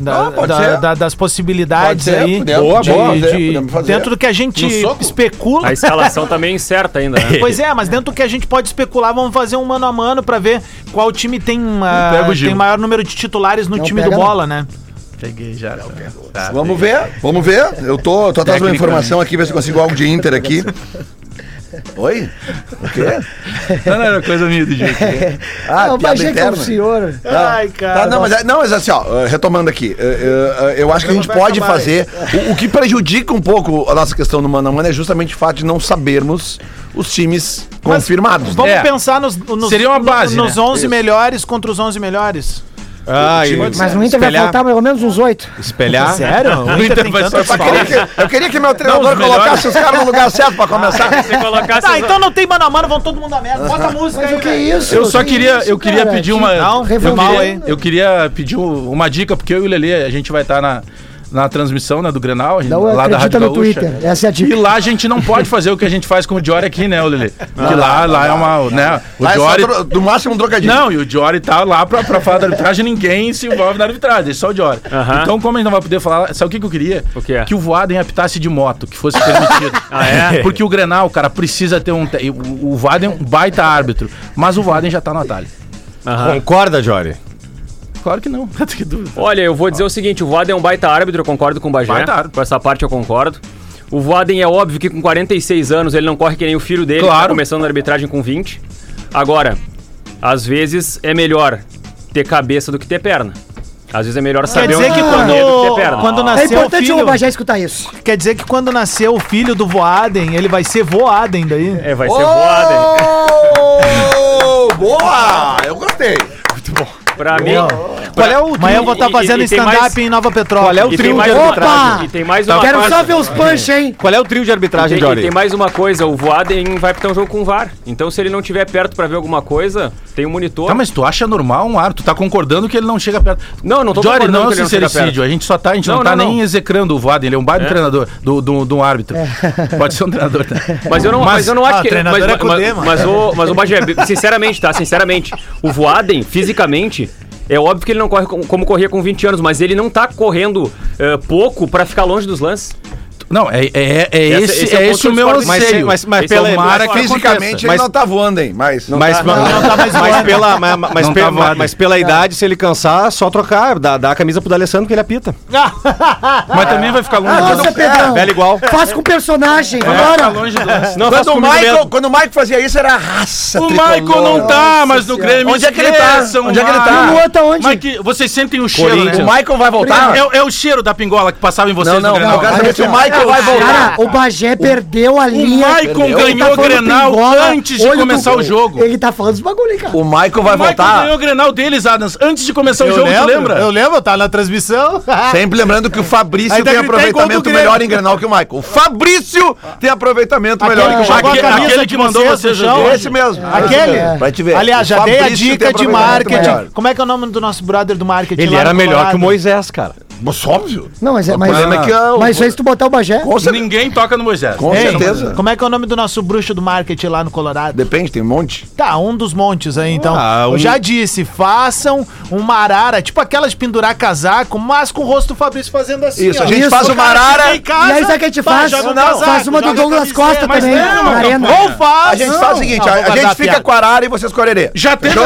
S3: Da-
S2: Ah, pode
S3: da-
S2: ser.
S3: da- das possibilidades
S2: Pode ser,
S3: aí.
S2: podemos, Boa,
S3: de-
S2: boa.
S3: de-
S2: podemos fazer.
S3: dentro do que a gente
S6: No soco?
S3: especula.
S7: A escalação também é incerta ainda, né?
S3: Pois é, mas dentro do que a gente pode especular, vamos fazer um mano a mano pra ver qual time tem, ah,
S6: pega o
S3: tem
S6: Gil.
S3: maior número de titulares no
S5: Não
S3: time do
S5: pega, não.
S3: bola, né?
S6: Peguei já.
S2: Vamos ver, vamos ver. Eu tô, tô atrás de uma informação
S6: né?
S2: aqui, ver se consigo algo de Inter aqui. Oi? O quê?
S6: Não, não, era coisa minha do jeito. né?
S2: Ah,
S5: não,
S2: piada
S5: imagina que é um
S2: interna.
S5: senhor.
S2: Tá.
S3: Ai, cara.
S2: Tá, não, mas, é- não, mas assim, ó, eh, retomando aqui, eh, eh, eh, eu acho que a gente pode fazer. O, o que prejudica um pouco a nossa questão do mano a mano é justamente o fato de não sabermos os times confirmados. né?
S3: Vamos
S6: É.
S3: pensar nos, nos,
S6: Seria uma base,
S3: nos
S6: né?
S3: 11 melhores contra os 11 melhores.
S4: Ah, e-
S5: Mas no Inter vai
S4: espelhar-
S5: faltar pelo menos uns oito.
S3: tá
S4: Espelhar.
S3: Sério? O Inter tem tantas
S2: Eu queria, que, eu queria que meu treinador
S6: melhores.
S2: colocasse os caras no lugar certo pra começar.
S7: Se colocasse
S3: Tá,
S7: os-
S3: então não tem mano a mano, vão todo mundo a merda. Bota a música
S5: Mas
S3: aí,
S5: o que é
S3: velho.
S5: isso?
S6: Eu só
S5: Que
S6: queria,
S5: isso, é
S6: eu queria
S5: cara?
S6: pedir uma,
S3: Não,
S6: eu,
S5: revoltou,
S6: queria,
S5: hein?
S6: eu queria pedir um, uma dica porque eu e o Lelê, a gente vai estar na na transmissão, né, do Grenal, a gente,
S5: Não
S6: lá da
S5: acredita
S6: Rádio
S5: no
S6: Gaúcha.
S5: Twitter. Essa é a
S6: E
S5: dica.
S6: lá a gente não pode fazer o que a gente faz com o Diori aqui, né, ô Lelê? Porque lá, lá é uma, né, o
S2: Lá é só
S6: Diori...
S2: tro- do máximo um trocadilho.
S6: Não, e o Diori tá lá pra, pra falar da arbitragem, ninguém se envolve na arbitragem, é só o Diori.
S7: Aham.
S6: Então, como a gente não vai poder falar, sabe o que, que eu queria?
S7: O que é?
S6: Que o Voaden apitasse de moto, que fosse permitido.
S7: Ah, é?
S6: Porque o Grenal, cara, precisa ter um. te- O o Voaden é um baita árbitro, mas o Voaden já tá no atalho.
S7: Aham.
S4: Concorda, Jory?
S6: Claro que não, que dúvida.
S7: Olha, eu vou dizer o seguinte, o Voaden é um baita árbitro, eu concordo com o Bagé.
S6: Baita árbitro.
S7: Com essa parte eu concordo. O Voaden é óbvio que com 46 anos ele não corre que nem o filho dele, que tá
S6: Claro.
S7: começando na arbitragem com 20. Agora, às vezes é melhor ter cabeça do que ter perna. Às vezes é melhor
S3: Quer
S7: saber
S3: dizer
S7: onde
S3: que
S7: correr do que ter
S3: quando,
S7: perna.
S3: tá? quando
S5: É
S3: nasceu o
S5: importante o
S3: filho,
S5: Bagé escutar isso.
S3: quer dizer que quando nasceu o filho do Voaden, ele vai ser Voaden daí?
S7: É, vai
S2: Ô,
S7: ser Voaden.
S2: Boa! Eu gostei.
S7: Pra mim,
S4: Qual é o
S3: Amanhã eu vou estar
S7: E- e-
S3: fazendo
S7: e tem
S3: stand-up
S7: mais-
S3: em Nova Petrópolis.
S4: Qual é o
S7: e
S4: trio
S7: tem, mais
S4: de
S7: uma,
S5: arbitragem?
S7: e tem mais uma
S5: Quero
S7: parte-
S5: só ver os punch, hein?
S4: Qual é o trio de arbitragem,
S7: E tem, e
S4: Jory?
S7: tem mais uma coisa, o Voaden vai ter um jogo com VAR. Então se ele não tiver perto pra ver alguma coisa, tem um monitor.
S6: Tá, mas tu acha normal um árbitro? Tu tá concordando que ele não chega perto.
S7: Não, não tô
S6: Jory,
S7: concordando
S6: não é um
S7: que ele não chega
S6: sincericídio. A gente só tá, a gente não,
S7: Não,
S6: tá
S7: não,
S6: nem
S7: não.
S6: execrando o Voaden, ele é um baita
S7: É.
S6: treinador do, do, do árbitro. Pode ser um treinador, né?
S7: Mas eu não, mas, eu não acho
S3: ah,
S7: que.
S3: treinador
S7: mas,
S3: é Kudê,
S7: mas,
S3: mano.
S7: mas o, mas o Bagé, sinceramente, tá? Sinceramente, o Voaden, fisicamente. É óbvio que ele não corre com- como corria com 20 anos, mas ele não tá correndo eh, pouco pra ficar longe dos lances.
S6: Não, é, é, é
S7: Esse-
S6: esse,
S7: esse é
S6: é
S7: o
S6: esse o
S7: ponto
S6: meu
S7: de discordância.
S4: Mas-
S6: anseio.
S4: mas- mas
S6: Esse
S4: pela-
S6: tomara
S4: mas
S6: que
S2: Fisicamente
S6: fisicamente.
S2: ele
S4: Mas-
S2: não tá voando, hein? Mas. Não
S4: Mas,
S2: tá-
S4: mas- mas pela, mas, mas
S6: Não
S4: pela,
S6: tá voando.
S4: mas pela idade, se ele cansar, só trocar, dá, dá a camisa pro D'Alessandro que ele apita.
S6: Mas também vai ficar longe.
S5: Ah,
S6: do-
S5: Nossa, Pedrão.
S6: É,
S4: Bela igual.
S5: Faz com personagem,
S6: vai ficar
S5: bora.
S6: longe do lance.
S4: Não,
S2: Quando o,
S4: comigo
S2: Michael,
S4: mesmo.
S2: quando o Michael fazia isso, era raça.
S6: O
S2: tricolor.
S6: Michael não tá, mas no Grêmio.
S2: Onde é que ele tá?
S6: esqueçam,
S2: Onde é que ele tá?
S6: Michael.
S5: E o outro aonde?
S6: Mike, vocês sentem o cheiro, né?
S2: O Michael vai voltar?
S6: É, é o cheiro da pingola que passava em vocês
S2: Não, não,
S6: no
S2: não. Eu
S6: Grenal.
S2: quero saber se o Michael vai voltar.
S5: Cara, o
S6: Um-
S5: Bagé perdeu a
S6: O
S5: linha.
S6: Maicon
S2: Ele tá
S6: ganhou o
S5: falando
S6: Grenal
S5: pingola,
S6: antes de
S5: olho do
S6: começar o
S5: gol.
S6: jogo.
S5: Ele tá falando dos bagulho, cara.
S2: O Michael vai
S6: O Maicon ganhou
S2: voltar.
S6: o Grenal deles, Adams, antes de começar o jogo, tu lembra?
S3: Eu lembro, tá na transmissão.
S2: Sempre lembrando que o Fabrício tem
S3: Ainda gritei gol do
S2: aproveitamento
S3: Grêmio.
S2: melhor em Grenal que o Michael. O Fabrício tem aproveitamento melhor
S3: Aquele
S2: que o
S3: que jogou a
S2: Michael.
S3: camisa
S6: aquele
S3: de
S6: que mandou
S3: vocês
S6: vocês
S3: no chão.
S6: jogar.
S2: Esse mesmo.
S3: Aquele?
S2: Esse mesmo. Vai te ver.
S3: Aliás, já
S2: O
S3: dei a
S2: Fabrício tem
S3: dica de
S2: aproveitamento
S3: marketing.
S2: melhor.
S3: Como é que é o nome do nosso brother do marketing?
S4: Ele
S3: lá
S4: era
S3: no
S4: melhor
S3: Colorado?
S4: que o Moisés, cara.
S2: Mas óbvio.
S5: Não, mas é. Mas,
S2: O problema é que eu-
S5: mas só se tu botar o Bagé.
S2: Com certeza.
S6: Ninguém toca no Moisés.
S2: é Com
S3: Ei,
S2: certeza.
S3: Como é que é o nome do nosso bruxo do marketing lá no Colorado?
S2: Depende, tem um monte.
S3: Tá, um dos montes aí, então.
S4: Ah, um-
S3: Eu já disse, façam uma arara, tipo aquelas de pendurar casaco, mas com o rosto do Fabrício fazendo assim.
S2: Isso, a gente faz
S3: O
S2: uma
S3: cara
S2: arara-
S3: chega em casa,
S5: E aí sabe o que a gente
S3: pá,
S5: faz?
S3: joga um
S5: Não,
S3: casaco,
S5: faz uma do
S3: joga a
S5: Douglas
S3: camiseta.
S5: Costa
S3: Mas
S5: também,
S3: não,
S5: na
S3: não,
S5: arena.
S3: Ou faz.
S2: A gente
S3: não.
S2: faz o seguinte, a,
S3: Não, vou
S2: a gente
S3: guardar
S2: fica
S3: piada.
S2: com a arara e vocês com a arerê.
S6: Já teve,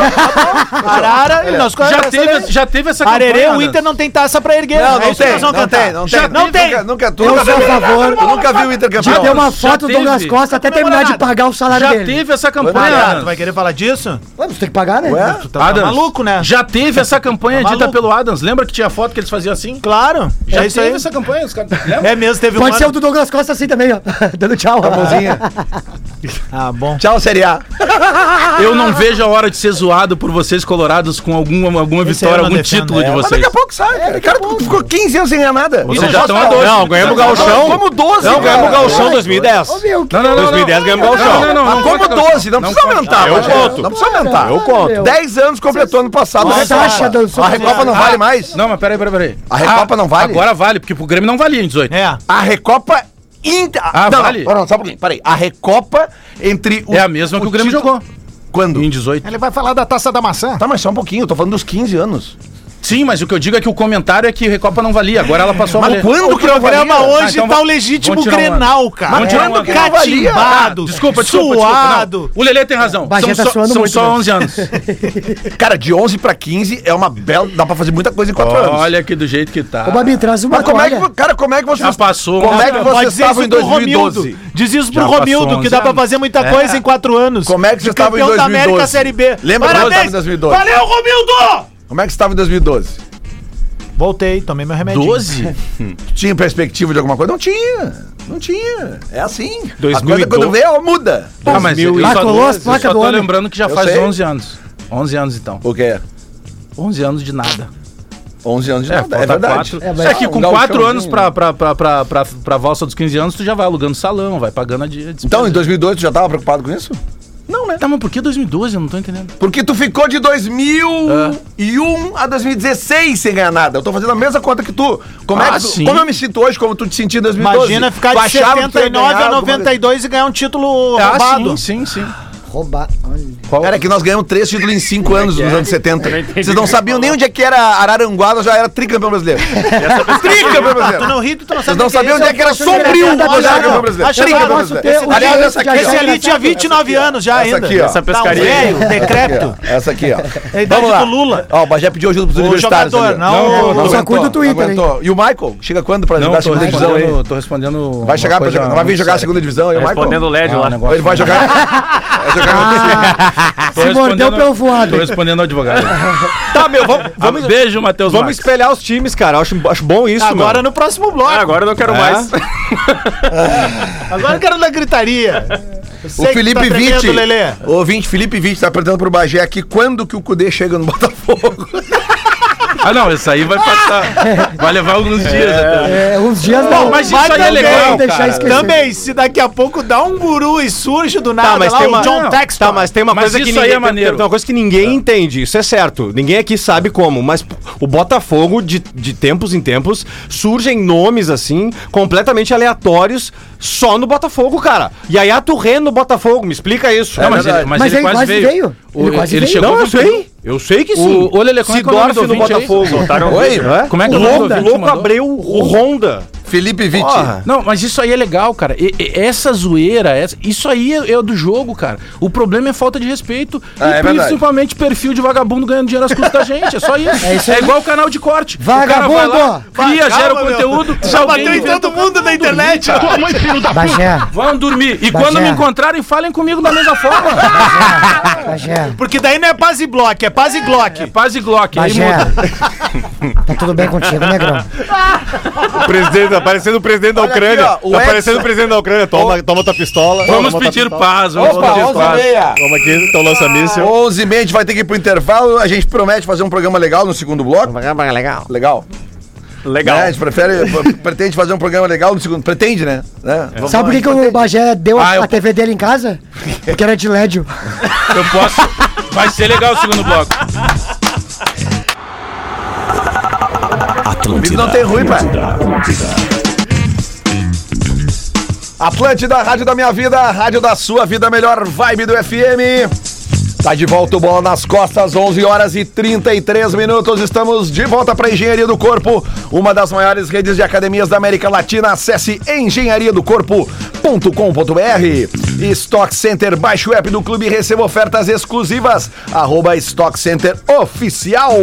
S3: arara e nós
S6: já teve, já teve essa
S3: Arerê, é o
S6: Adams.
S3: Inter não tem taça pra erguer.
S2: Não,
S3: é
S2: não
S3: isso que
S2: tem,
S3: nós vamos
S2: não
S3: cantar.
S2: tem, não
S3: Já
S2: tem.
S3: não tem.
S2: Nunca, nunca, tu
S5: Eu
S2: nunca
S5: sou a
S2: viu,
S5: favor.
S2: tu nunca viu o Inter
S5: Já
S2: campeão.
S5: deu uma
S6: já
S5: foto do
S6: teve.
S5: Douglas Costa até terminar de
S3: nada.
S5: pagar o salário
S6: Já
S5: dele.
S6: teve essa campanha,
S3: Ah, tu
S6: Adams.
S3: vai querer falar disso?
S5: Ué, você tem que pagar, né?
S2: Ué?
S3: Tu tá, tá
S6: Adams,
S3: maluco, né?
S6: Já teve essa campanha
S3: Tá
S6: dita
S3: maluco.
S6: pelo Adams. Lembra que tinha foto que eles faziam assim?
S3: Claro.
S6: Já
S3: é isso aí.
S6: essa campanha, os caras. Lembra?
S3: É mesmo, teve
S5: Pode
S3: um
S5: ser o
S3: ano-
S5: do Douglas Costa assim também, ó. Dando tchau.
S2: A mãozinha.
S3: Ah, bom.
S2: Tchau, Série A.
S6: Eu não vejo a hora de ser zoado por vocês colorados com alguma, alguma
S3: Esse
S6: vitória,
S3: eu não
S6: algum
S3: defendo,
S6: título
S3: é.
S6: de
S2: Mas
S6: vocês.
S2: É, daqui a pouco sai, cara. Cara, tu, tu ficou ficou 15 anos sem ganhar nada.
S6: Vocês já
S2: é
S6: estão a dois.
S4: Não, ganhamos o Gauchão.
S2: Como 12,
S4: Não, ganhamos o
S2: é cara.
S4: Gauchão 2010.
S5: Ô, meu, que
S6: Não, não, não, não.
S4: 2010 ganhamos o Gauchão.
S6: Não, não, não.
S2: Mas como
S6: conta,
S2: 12, não, precisa aumentar.
S4: Eu
S2: Bagé.
S4: conto.
S2: Não precisa aumentar.
S5: Eu conto.
S2: Meu. 10 anos completou ano passado.
S5: O
S2: a Recopa.
S5: Sacha dançou
S2: A Recopa não
S6: Ah,
S2: vale mais.
S6: Não, mas peraí, peraí, peraí.
S2: A Recopa
S6: Ah,
S2: não vale?
S6: Agora vale, porque pro Grêmio não valia em 18.
S3: É.
S2: A Recopa. Inter...
S6: Ah,
S2: não,
S6: vale?
S2: não, não, só um pouquinho. Peraí. A Recopa entre o.
S6: É a mesma que o Grêmio
S2: título-
S6: jogou.
S2: Quando?
S6: Em 18.
S3: Ele vai falar da taça da maçã.
S2: Tá, mas só um pouquinho. Eu tô falando dos 15 anos.
S6: Sim, mas o que eu digo é que o comentário é que Recopa não valia. Agora ela passou a
S2: Mas
S6: valer.
S2: quando
S3: O
S2: que não valia?
S3: programa
S6: valia. Ah,
S3: hoje
S6: então
S3: tá o
S6: vamos-
S3: legítimo
S6: vamos tirar um ano.
S3: Grenal, cara.
S6: Vamos tirar um ano que não
S2: valia.
S3: Catimbado,
S6: Desculpa, desculpa,
S3: suado.
S6: desculpa. não. O Lelê tem razão.
S5: Bagé tá
S6: são só,
S5: suando
S6: são
S5: muito
S6: só
S5: mesmo.
S6: 11 anos.
S2: Tá, Cara, de 11 pra 15 é uma bela. Dá pra fazer muita coisa em 4 anos.
S6: Olha aqui do jeito que tá.
S5: Ô, Babi, traz uma
S2: Mas como é
S5: toalha.
S2: que, cara, como é que vocês.
S6: Já passou.
S2: Como é
S6: Não,
S2: que
S6: não,
S2: vocês estavam em
S3: pro Romildo.
S2: 2012?
S3: Diz isso pro
S6: Já
S3: Romildo,
S6: passou
S3: que dá
S6: onze
S3: pra
S6: anos.
S3: fazer muita coisa em quatro anos.
S2: Como é que
S3: De
S2: você estava em
S3: campeão
S2: 2012?
S3: da América Série B.
S2: Lembra como você estava em
S3: Parabéns.
S2: 2012?
S3: Valeu, Romildo!
S2: Como é que você estava em 2012?
S3: Voltei, tomei meu remédio.
S6: 12?
S2: Tinha perspectiva de alguma coisa? Não tinha. Não tinha. É assim. A
S4: 2012.
S2: coisa quando vê, ela muda.
S6: Ah, mas eu
S5: Lá
S6: só-
S5: colou as
S6: eu
S5: placas
S6: só
S5: do
S6: tô
S5: homem.
S6: lembrando que já
S2: Eu
S6: faz
S2: sei.
S6: 11 anos. 11 anos então.
S2: O quê?
S6: 11 anos de nada.
S2: 11 anos de
S6: É,
S2: nada.
S6: falta
S2: É verdade.
S6: quatro.
S5: É,
S6: É,
S5: mas-
S6: que com
S2: Dá um
S6: 4
S2: chãozinho,
S6: anos
S2: né?
S6: pra, pra, pra, pra, pra, pra valsa dos 15 anos, tu já vai alugando salão, vai pagando a di- a despesa.
S2: Então, em 2002, tu já tava preocupado com isso?
S6: Não, né? Tá, mas por que 2012? Eu não tô entendendo.
S2: Porque tu ficou de 2001 a 2016 sem ganhar nada. Eu tô fazendo a mesma conta que tu. Como, é
S6: Ah,
S2: que tu-
S6: sim.
S2: como eu me sinto hoje, como tu te sentia em 2012?
S3: Imagina ficar
S2: Tu
S3: de
S2: achava que tu ia
S3: 79
S2: ganhar
S3: a
S2: alguma coisa.
S3: 92 e ganhar um título
S2: Tá
S6: Ah,
S3: roubado.
S6: sim, sim, sim.
S5: Roubar. Olha.
S6: Qual?
S2: Cara, é que nós ganhamos três títulos em cinco
S3: é
S2: anos nos anos 70.
S7: não entendi
S2: Vocês não
S7: o que
S2: sabiam nem onde é que era Araranguá, nós já era tricampeão brasileiro. tricampeão
S3: Ah, Tu
S2: brasileiro.
S3: não ri, tu não
S2: Vocês
S3: sabe
S2: não
S3: o que é
S2: sabiam onde é que era sombrio
S5: engraçado,
S2: nós já era
S5: olha,
S2: campeão brasileiro.
S3: acho que eu
S2: Tricampeão
S3: posso
S2: brasileiro.
S5: ter o
S2: Aliás,
S5: direito
S2: essa
S5: de
S2: aqui,
S3: Esse
S2: ó.
S3: ali tinha 29 anos já
S2: Essa
S3: ainda.
S2: aqui, ó.
S7: Essa
S3: Tá um
S7: pescaria. aí.
S3: velho, decrépito.
S2: Essa aqui, ó.
S3: É a idade
S2: Vamos lá.
S3: do Lula.
S2: Ó, o Bagé pediu ajuda pros
S3: O
S2: universitários.
S3: jogador,
S2: ali, ó.
S3: não, o-
S5: Só
S2: aguentou,
S5: cuida do Twitter,
S2: aguentou. E o Michael? Chega quando pra
S6: Não,
S2: jogar a
S6: tô
S2: segunda divisão tá aí?
S6: respondendo, tô respondendo.
S2: Vai chegar pra
S6: pra
S2: jogar, não vai vir jogar a segunda divisão
S6: Tá
S2: aí, o
S7: Respondendo o
S2: Michael?
S7: LED lá.
S2: Ele vai jogar. vai jogar
S5: Se mordeu pelo voado.
S6: Tô respondendo ao advogado.
S4: Tá, meu, vamos,
S6: vamos,
S4: vamos,
S6: beijo, Matheus
S4: vamos
S6: Marques.
S4: espelhar os times, cara. Acho, acho bom isso,
S3: Agora
S4: mano.
S3: no próximo bloco.
S7: Ah, agora eu não quero
S4: É.
S7: mais.
S3: Agora eu quero da gritaria. Eu sei
S2: o
S3: que
S2: Felipe
S3: tu tá tremendo,
S2: Vitti.
S3: Lelê.
S2: O Vinte, Felipe Vitti tá perguntando pro Bagé aqui quando que o Cudê chega no Botafogo.
S6: Ah, não, isso aí vai passar. vai levar alguns dias até.
S5: É, uns dias não.
S6: mas isso
S5: Vai
S6: aí é
S5: também
S6: legal,
S5: deixar
S6: cara.
S5: esquecer.
S3: Também, Tá, se daqui a pouco dá um guru e surge do
S6: Tá,
S3: nada
S4: Tá, mas
S3: lá
S4: tem
S3: o
S4: uma-
S3: John Texton.
S4: Tá, mas tem uma
S6: Mas
S4: coisa que
S6: isso aí é
S4: ninguém, tem-
S6: maneiro.
S4: tem uma coisa que ninguém entende, isso é certo. Ninguém aqui sabe como, mas p- o Botafogo de, de tempos em tempos surgem nomes assim completamente aleatórios só no Botafogo, cara. E aí a Touré no Botafogo, me explica isso.
S6: Não, mas,
S2: verdade.
S6: ele, mas,
S5: Mas
S6: ele,
S5: ele
S6: quase,
S5: quase
S6: veio.
S5: veio.
S6: O-
S5: Ele quase
S6: ele
S5: veio.
S6: chegou
S4: Não, eu
S6: no fim.
S4: sei. Eu sei que sim.
S6: O, o Lelê, como é que é o nome do
S4: Sidorf no
S6: ouvinte aí?
S4: Botafogo.
S7: Soltaram
S2: Oi?
S4: Hã?
S6: Como é que é o nome do
S4: louco,
S6: ouvinte que
S4: louco
S6: mandou?
S4: Abreu, né? o Honda.
S2: Felipe Vitti.
S4: Porra.
S6: Não, mas isso aí é legal, cara. E- e- essa zoeira, essa- isso aí é, é do jogo, cara. O problema é falta de respeito
S2: Ah,
S6: e
S2: é verdade.
S6: principalmente perfil de vagabundo ganhando dinheiro às custas da gente. É só isso. É,
S5: isso aí.
S6: igual o canal de corte.
S5: Vagabundo!
S6: O cara vai lá, cria,
S3: Calma,
S6: gera o
S3: meu.
S6: conteúdo.
S3: Já
S6: alguém
S3: bateu em
S6: inventa-
S3: todo mundo na internet.
S5: Bagé,
S6: Vão dormir. E
S5: Bagé.
S6: quando me encontrarem, falem comigo da mesma forma.
S5: Bagé,
S3: Porque daí não é paz e block, é paz e glock.
S6: Paz e Glock. Aí
S5: Bagé.
S6: muda.
S5: Tá tudo bem contigo, negrão?
S4: O presidente, tá aparecendo o presidente da
S2: Olha aqui,
S4: Ucrânia.
S2: ó, o
S4: tá
S2: Edson.
S4: aparecendo o presidente da Ucrânia. Toma, toma tua pistola.
S6: Vamos
S4: Toma tua
S6: pedir
S4: pistola.
S6: paz. Vamos
S2: Opa,
S6: pedir
S2: onze e
S6: paz.
S2: meia.
S4: Toma aqui, então lança míssil.
S2: 11 h a gente vai ter que ir pro intervalo. A gente promete fazer um programa legal no segundo bloco.
S4: Legal.
S2: Legal.
S7: Legal.
S2: Né? A gente prefere, p- pretende fazer um programa legal no segundo. Pretende, né? né? Vamos
S5: Sabe
S2: lá.
S5: por que, que o Bagé deu a,
S6: Ah, eu-
S5: a TV dele em casa? Porque era de LED.
S6: Eu posso. Vai ser legal o segundo bloco.
S1: Atlântida,
S2: Não tem ruim, pai.
S1: Atlântida, Atlântida.
S2: Atlântida, rádio da minha vida, rádio da sua vida, melhor vibe do FM. Tá de volta o Bola nas Costas, 11 horas e 33 minutos. Estamos de volta para Engenharia do Corpo, uma das maiores redes de academias da América Latina. Acesse engenhariadocorpo.com.br. Stock Center, baixe o app do clube e receba ofertas exclusivas. Arroba Stock Center Oficial.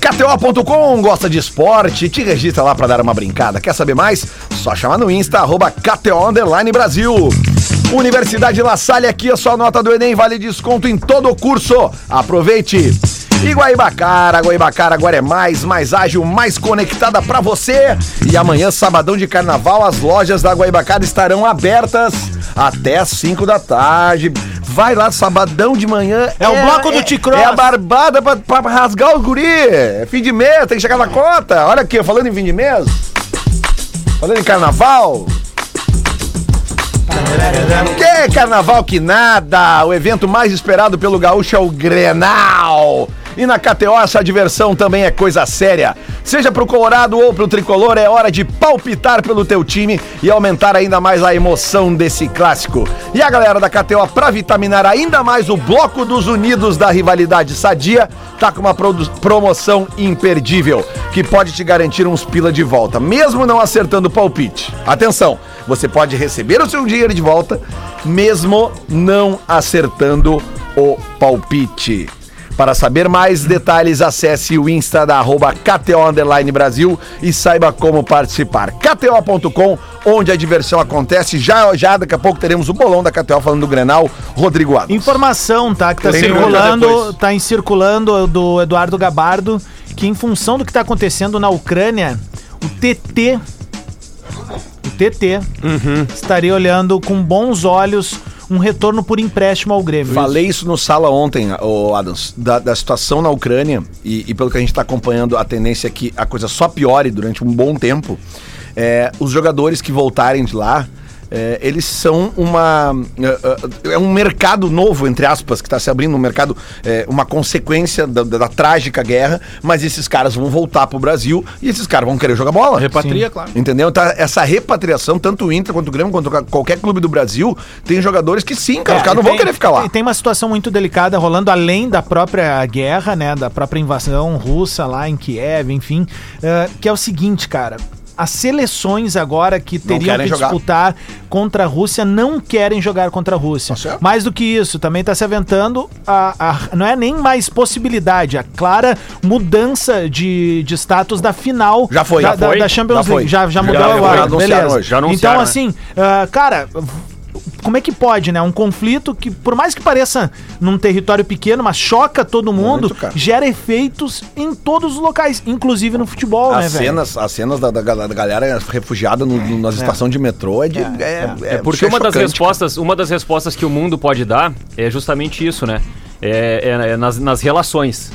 S2: KTO.com, gosta de esporte? Te registra lá pra dar uma brincada. Quer saber mais? Só chama no Insta, arroba KTO Underline Brasil. Universidade La Salle, aqui a sua nota do Enem vale desconto em todo o curso. Aproveite! E Guaibacara, Guaibacara agora é mais, mais ágil, mais conectada pra você. E amanhã, sabadão de carnaval, as lojas da Guaibacara estarão abertas até às 5 da tarde. vai lá sabadão de manhã.
S3: É o bloco do T-Cross.
S2: É a barbada pra, pra rasgar o guri. É fim de mês, tem que chegar na cota. Olha aqui, falando em fim de mês. Falando em carnaval. Que é carnaval que nada! O evento mais esperado pelo gaúcho é o Grenal! E na KTO essa diversão também é coisa séria. Seja pro Colorado ou pro Tricolor, é hora de palpitar pelo teu time e aumentar ainda mais a emoção desse clássico. E a galera da KTO, pra vitaminar ainda mais o Bloco dos Unidos da rivalidade sadia, tá com uma produ- promoção imperdível, que pode te garantir uns pila de volta, mesmo não acertando o palpite. Atenção, você pode receber o seu dinheiro de volta, mesmo não acertando o palpite. Para saber mais detalhes, acesse o Insta da arroba KTO Underline Brasil e saiba como participar. KTO.com, onde a diversão acontece. Já, já daqui a pouco teremos o bolão da KTO falando do Grenal, Rodrigo Adams.
S3: Informação, tá? Que tá
S6: Tem pergunta
S3: circulando,
S6: depois.
S3: tá em circulando do Eduardo Gabardo, que em função do que tá acontecendo na Ucrânia, o TT. O TT estaria olhando com bons olhos um retorno por empréstimo ao Grêmio.
S2: Falei isso no sala ontem, ô Adams, da, da situação na Ucrânia e, e pelo que a gente está acompanhando, a tendência é que a coisa só piore durante um bom tempo. É, os jogadores que voltarem de lá, é, eles são uma. É, é, é um mercado novo, entre aspas, que está se abrindo, um mercado, é, uma consequência da, da- da trágica guerra, mas esses caras vão voltar pro Brasil e esses caras vão querer jogar bola.
S6: Repatria, claro.
S2: Entendeu? Tá, essa repatriação, tanto o Inter quanto o Grêmio, quanto ca- qualquer clube do Brasil, tem jogadores que sim, cara. os caras não
S3: É, e
S2: vão
S3: tem-
S2: querer ficar lá.
S3: Tem, tem uma situação muito delicada rolando além da própria guerra, né? Da própria invasão russa lá em Kiev, enfim. eh, que é o seguinte, cara. As seleções agora que teriam
S2: querem
S3: que
S2: jogar.
S3: disputar contra a Rússia não querem jogar contra a Rússia.
S2: certo.
S3: Mais do que isso, também está se aventando a, a- não é nem mais possibilidade, a clara mudança de, de status da final
S2: Já foi,
S3: da,
S2: já
S3: da-
S2: foi.
S3: da Champions
S2: Já foi.
S3: League. Já, já
S2: Já
S3: mudou
S2: foi, já
S3: agora.
S2: anunciaram
S3: Beleza.
S2: hoje, já
S3: então,
S7: anunciaram, né?
S3: assim, ah, cara, como é que pode, né? Um conflito que, por mais que pareça num território pequeno, mas choca todo mundo,
S2: Muito, cara.
S3: gera efeitos em todos os locais, inclusive no futebol, né,
S2: As
S3: velho?
S2: cenas, as cenas da, da, da galera refugiada no, no- nas estações de metrô é de. É, é-
S7: É porque
S2: é
S7: uma das,
S2: chocante,
S7: respostas, uma das respostas que o mundo pode dar é justamente isso, né? É, é- é nas, nas relações.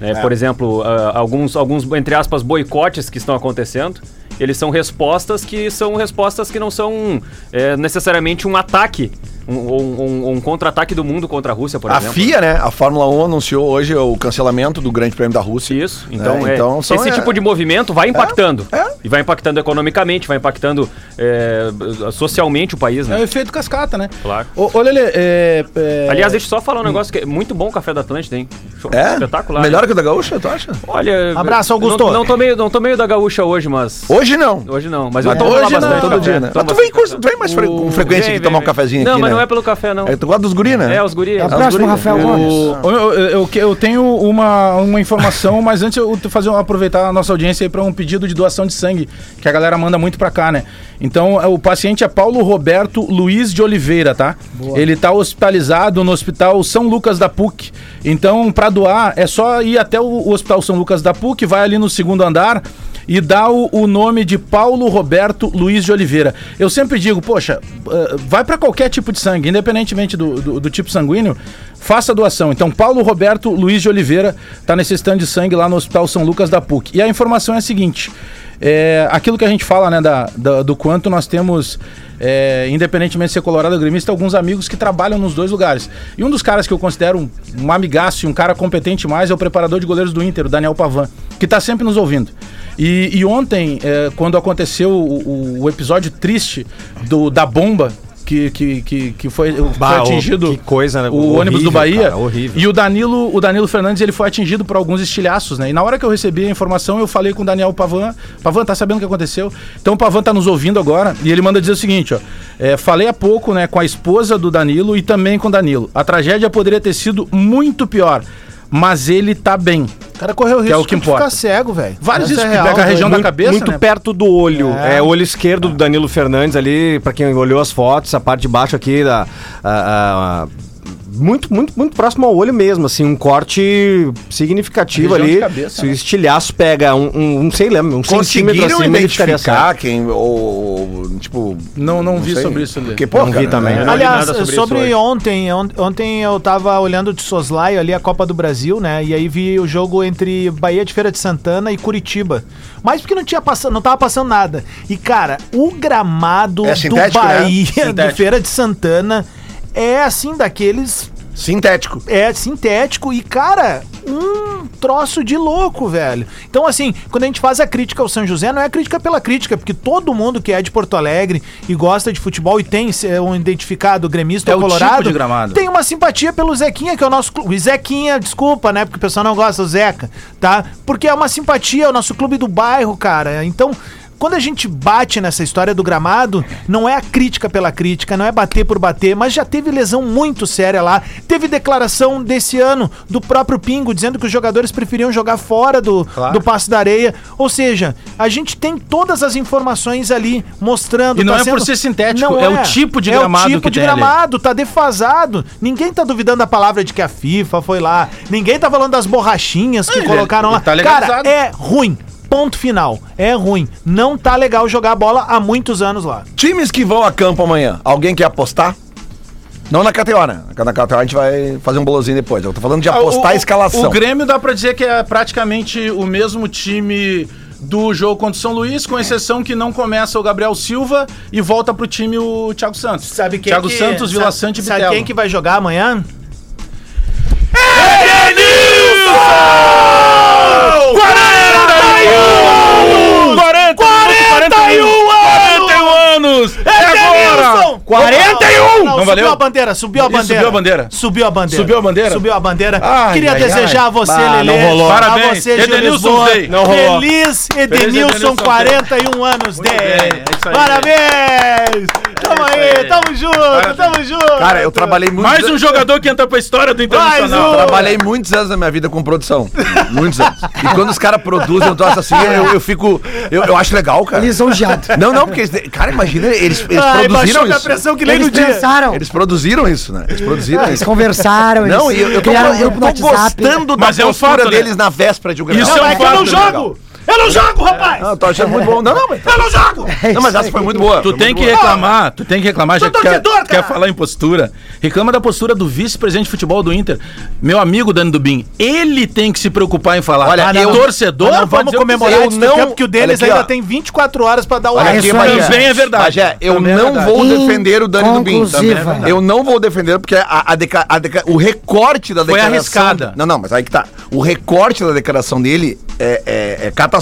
S7: né?
S2: É.
S7: Por exemplo, ah, alguns, alguns, entre aspas, boicotes que estão acontecendo, eles são respostas que são respostas que não são é, necessariamente um ataque, um, um- um- um contra-ataque do mundo contra a Rússia, por
S2: cara. A
S7: exemplo.
S2: FIA, né? A Fórmula 1 anunciou hoje o cancelamento do Grande Prêmio da Rússia.
S7: Isso. Então,
S2: né?
S7: é,
S2: então são,
S7: esse
S2: é,
S7: tipo de movimento vai impactando.
S2: é.
S7: E vai impactando economicamente, vai impactando é, socialmente o país,
S6: É o
S7: né?
S6: efeito cascata, né?
S7: Claro.
S6: Ô, ô, Lele, é, é-
S7: Aliás, deixa eu só falar um negócio que é muito bom o café da Atlântida, hein? Show-
S2: Hum. É?
S7: Espetacular. né?
S2: Melhor que o da Gaúcha, tu acha?
S7: Olha.
S3: Abraço, Augusto.
S7: Não, não, tomei, não tomei o da gaúcha hoje, mas.
S2: Hoje não.
S7: Hoje não,
S2: Mas
S7: mas eu tomo lá
S2: hoje não,
S7: bastante
S2: todo
S7: café.
S2: dia, né? Mas
S7: Tomo
S2: tu vem,
S7: bastante
S2: com,
S7: café.
S2: tu vem mais fre- com frequência
S7: Vem,
S2: aqui tomar
S7: vem,
S2: um cafezinho aqui,
S7: vem. Não, mas
S2: né?
S7: não é pelo café, não.
S2: É, tu gosta dos guri, né?
S7: É, os guri.
S5: É o
S7: os
S5: próximo
S7: guri-
S5: Rafael Gomes.
S6: Ô, Eu, eu, que- eu tenho uma, uma informação, mas antes eu te fazer um- aproveitar a nossa audiência aí para um pedido de doação de sangue, que a galera manda muito para cá, né? Então, é, o paciente é Paulo Roberto Luiz de Oliveira, tá? Ele tá hospitalizado no Hospital São Lucas da PUC. Então, para doar, é só ir até o, o Hospital São Lucas da PUC, vai ali no segundo andar e dá o, o nome de Paulo Roberto Luiz de Oliveira. Eu sempre digo, poxa, eh, vai para qualquer tipo de sangue, independentemente do, do, do tipo sanguíneo, faça a doação. Então, Paulo Roberto Luiz de Oliveira está nesse stand de sangue lá no Hospital São Lucas da PUC. E a informação é a seguinte: é, aquilo que a gente fala, né, da, da- do quanto nós temos, é, independentemente de ser colorado ou gremista, alguns amigos que trabalham nos dois lugares. E um dos caras que eu considero um, um amigaço e um cara competente mais é o preparador de goleiros do Inter, o Daniel Pavan, que está sempre nos ouvindo. E, e ontem, é, quando aconteceu o, o- o episódio triste do, da bomba. Que, que, que, que foi, foi
S4: Bah, ô,
S6: atingido
S4: que coisa, né?
S6: o ônibus
S4: Horrível,
S6: do Bahia.
S4: cara, horrível.
S6: E o Danilo, o Danilo Fernandes, ele foi atingido por alguns estilhaços, né? E na hora que eu recebi a informação, eu falei com o Daniel Pavan. Pavan, tá sabendo o que aconteceu? Então o Pavan tá nos ouvindo agora e ele manda dizer o seguinte, ó. É, falei há pouco, né, com a esposa do Danilo e também com o Danilo. A tragédia poderia ter sido muito pior, mas ele tá bem.
S3: O cara correu o risco
S6: é o que
S3: de
S6: importa.
S3: ficar cego, velho.
S6: Vários
S3: Essa
S6: isso
S3: é
S6: que
S3: real,
S6: pega a região da
S3: doido.
S6: cabeça,
S4: Muito
S6: né?
S4: perto do olho.
S3: É.
S4: É, o olho esquerdo do Danilo Fernandes ali, pra quem olhou as fotos, a parte de baixo aqui da. a- a- a- muito, muito, muito próximo ao olho mesmo, assim, um corte significativo
S6: A região
S4: ali.
S6: de cabeça,
S4: Se o
S6: né?
S4: estilhaço pega um, um, um, sei lá, um centímetro
S2: Conseguiram
S4: assim,
S2: identificar quem, ou, ou, tipo...
S6: Não, não vi
S2: sei.
S6: sobre isso. Lê.
S2: Porque, pô,
S4: Não vi
S2: cara,
S4: também.
S2: né?
S7: não li
S3: Aliás,
S7: nada sobre
S3: sobre,
S7: isso hoje.
S3: ontem, on- ontem eu tava olhando de Soslaio ali a Copa do Brasil, né? E aí vi o jogo entre Bahia de Feira de Santana e Curitiba. Mas porque não tinha passando, não tava passando nada. E cara, o gramado
S2: É
S3: do
S2: sintético, né?
S3: Bahia de
S6: Sintético.
S3: Feira de Santana é assim daqueles
S2: Sintético.
S3: é sintético e, cara, um troço de louco, velho. Então, assim, quando a gente faz a crítica ao São José, não é crítica pela crítica, porque todo mundo que é de Porto Alegre e gosta de futebol e tem é, um identificado gremista
S6: É
S3: ou
S6: o tipo
S3: colorado,
S6: de gramado.
S3: tem uma simpatia pelo Zequinha, que é o nosso clube. Zequinha, desculpa, né? Porque o pessoal não gosta do Zeca, tá? Porque é uma simpatia, é o nosso clube do bairro, cara. Então. Quando a gente bate nessa história do gramado, não é a crítica pela crítica, não é bater por bater, mas já teve lesão muito séria lá. Teve declaração desse ano do próprio Pingo dizendo que os jogadores preferiam jogar fora do, do passe da areia. Ou seja, a gente tem todas as informações ali mostrando. tá
S6: E não é por ser sintético, é o tipo de gramado
S3: É o tipo
S6: que
S3: de
S6: tem ali.
S3: gramado errado, tá defasado. Ninguém tá duvidando da palavra de que a FIFA foi lá. Ninguém tá falando das borrachinhas que
S6: ele-
S3: colocaram
S6: ele
S3: lá. Cara,
S6: tá legalizado.
S3: é ruim. Ponto final. É ruim. Não tá legal jogar bola há muitos anos lá.
S2: Times que vão a campo amanhã, alguém quer apostar? Não na KTO, né? Na KTO a gente vai fazer um bolozinho depois. Eu tô falando de
S6: Ah,
S2: apostar
S6: o-
S2: a escalação.
S6: O Grêmio dá pra dizer que é praticamente o mesmo time do jogo contra o São Luís, com exceção que não começa o Gabriel Silva e volta pro time o Thiago Santos. Thiago Santos, Vila
S3: sabe-
S6: Sante e
S3: Sabe
S6: Bitelo.
S3: quem que vai jogar amanhã?
S7: É.
S3: Edenilson! 41! Não,
S6: um! Não
S3: Subiu
S6: valeu?
S3: a bandeira, subiu a
S6: Ih,
S3: bandeira.
S6: subiu a bandeira.
S3: Subiu a bandeira.
S6: Subiu a bandeira?
S3: Subiu a bandeira.
S6: Ai,
S3: Queria
S6: ai,
S3: desejar
S6: ai.
S3: a você,
S6: Bah,
S3: Lelê.
S6: não rolou.
S3: A
S6: Parabéns,
S3: você, Gil
S6: Edenilson
S3: Lisboa.
S6: Day. Não rolou.
S3: Feliz Edenilson,
S6: Edenilson Day.
S3: 41 anos dele.
S6: bem, é isso aí. É
S3: Parabéns! Tamo
S6: isso
S3: aí,
S6: aí.
S3: tamo junto, tamo junto.
S2: Cara, eu trabalhei muito.
S6: Mais um jogador que entra pra história do
S3: um.
S6: Internacional.
S2: Trabalhei muitos anos na minha vida com produção. Muitos anos. E quando os caras produzem um troço assim, eu, eu fico. Eu, eu acho legal, cara.
S5: é Lisonjeado.
S2: Não, não, porque. eles- Cara, imagina, eles, eles
S6: Ah,
S3: Ai,
S2: produziram
S3: baixou minha
S2: isso.
S3: pressão que nem
S5: Eles
S3: no dia.
S5: pensaram,
S2: Eles produziram isso, né? Eles
S6: Ah,
S2: produziram
S5: eles
S6: é
S2: isso.
S5: conversaram,
S2: Não,
S5: eles
S2: e eu, eu tô,
S5: criaram um
S2: eu
S5: grupo
S2: tô
S5: no WhatsApp.
S2: gostando da
S6: Mas é um
S2: postura
S6: fato, né?
S2: deles na véspera de um
S6: Isso é um
S3: Mas que eu não
S6: fato, né, Ah, tá.
S3: jogo! Eu não jogo, rapaz!
S2: Não, eu tô achando muito bom. Não, não, mas.
S3: Eu não jogo!
S5: É
S2: Não, mas essa foi muito boa.
S6: Tu
S2: Foi
S6: tem
S2: muito
S6: que
S2: boa.
S6: reclamar, tu tem que reclamar, já
S3: Sou
S6: que quer,
S3: torcedor, cara.
S6: quer falar em postura. Reclama da postura do vice-presidente de futebol do Inter. Meu amigo Dani Dubin, ele tem que se preocupar em falar.
S2: Olha, eu-
S6: torcedor,
S3: Não,
S6: pode
S3: vamos
S6: dizer o que
S3: comemorar
S2: eu
S3: isso
S2: não-
S3: porque o Denis
S2: Olha aqui,
S3: ainda
S2: ó.
S3: tem 24 horas pra dar o
S2: Olha
S3: ar.
S2: aqui,
S5: isso aí.
S2: Bagé.
S6: Também é verdade.
S2: Bagé, eu
S6: Também é
S2: não
S6: verdade.
S2: vou defender o Dani Dubin.
S5: Inconclusiva.
S2: Também é verdade. Eu não vou defender porque a, a deca- a deca- o recorte da
S6: Foi
S2: declaração...
S6: arriscada.
S2: Não, não, mas aí que tá. O recorte da declaração dele é, é- é catastrófico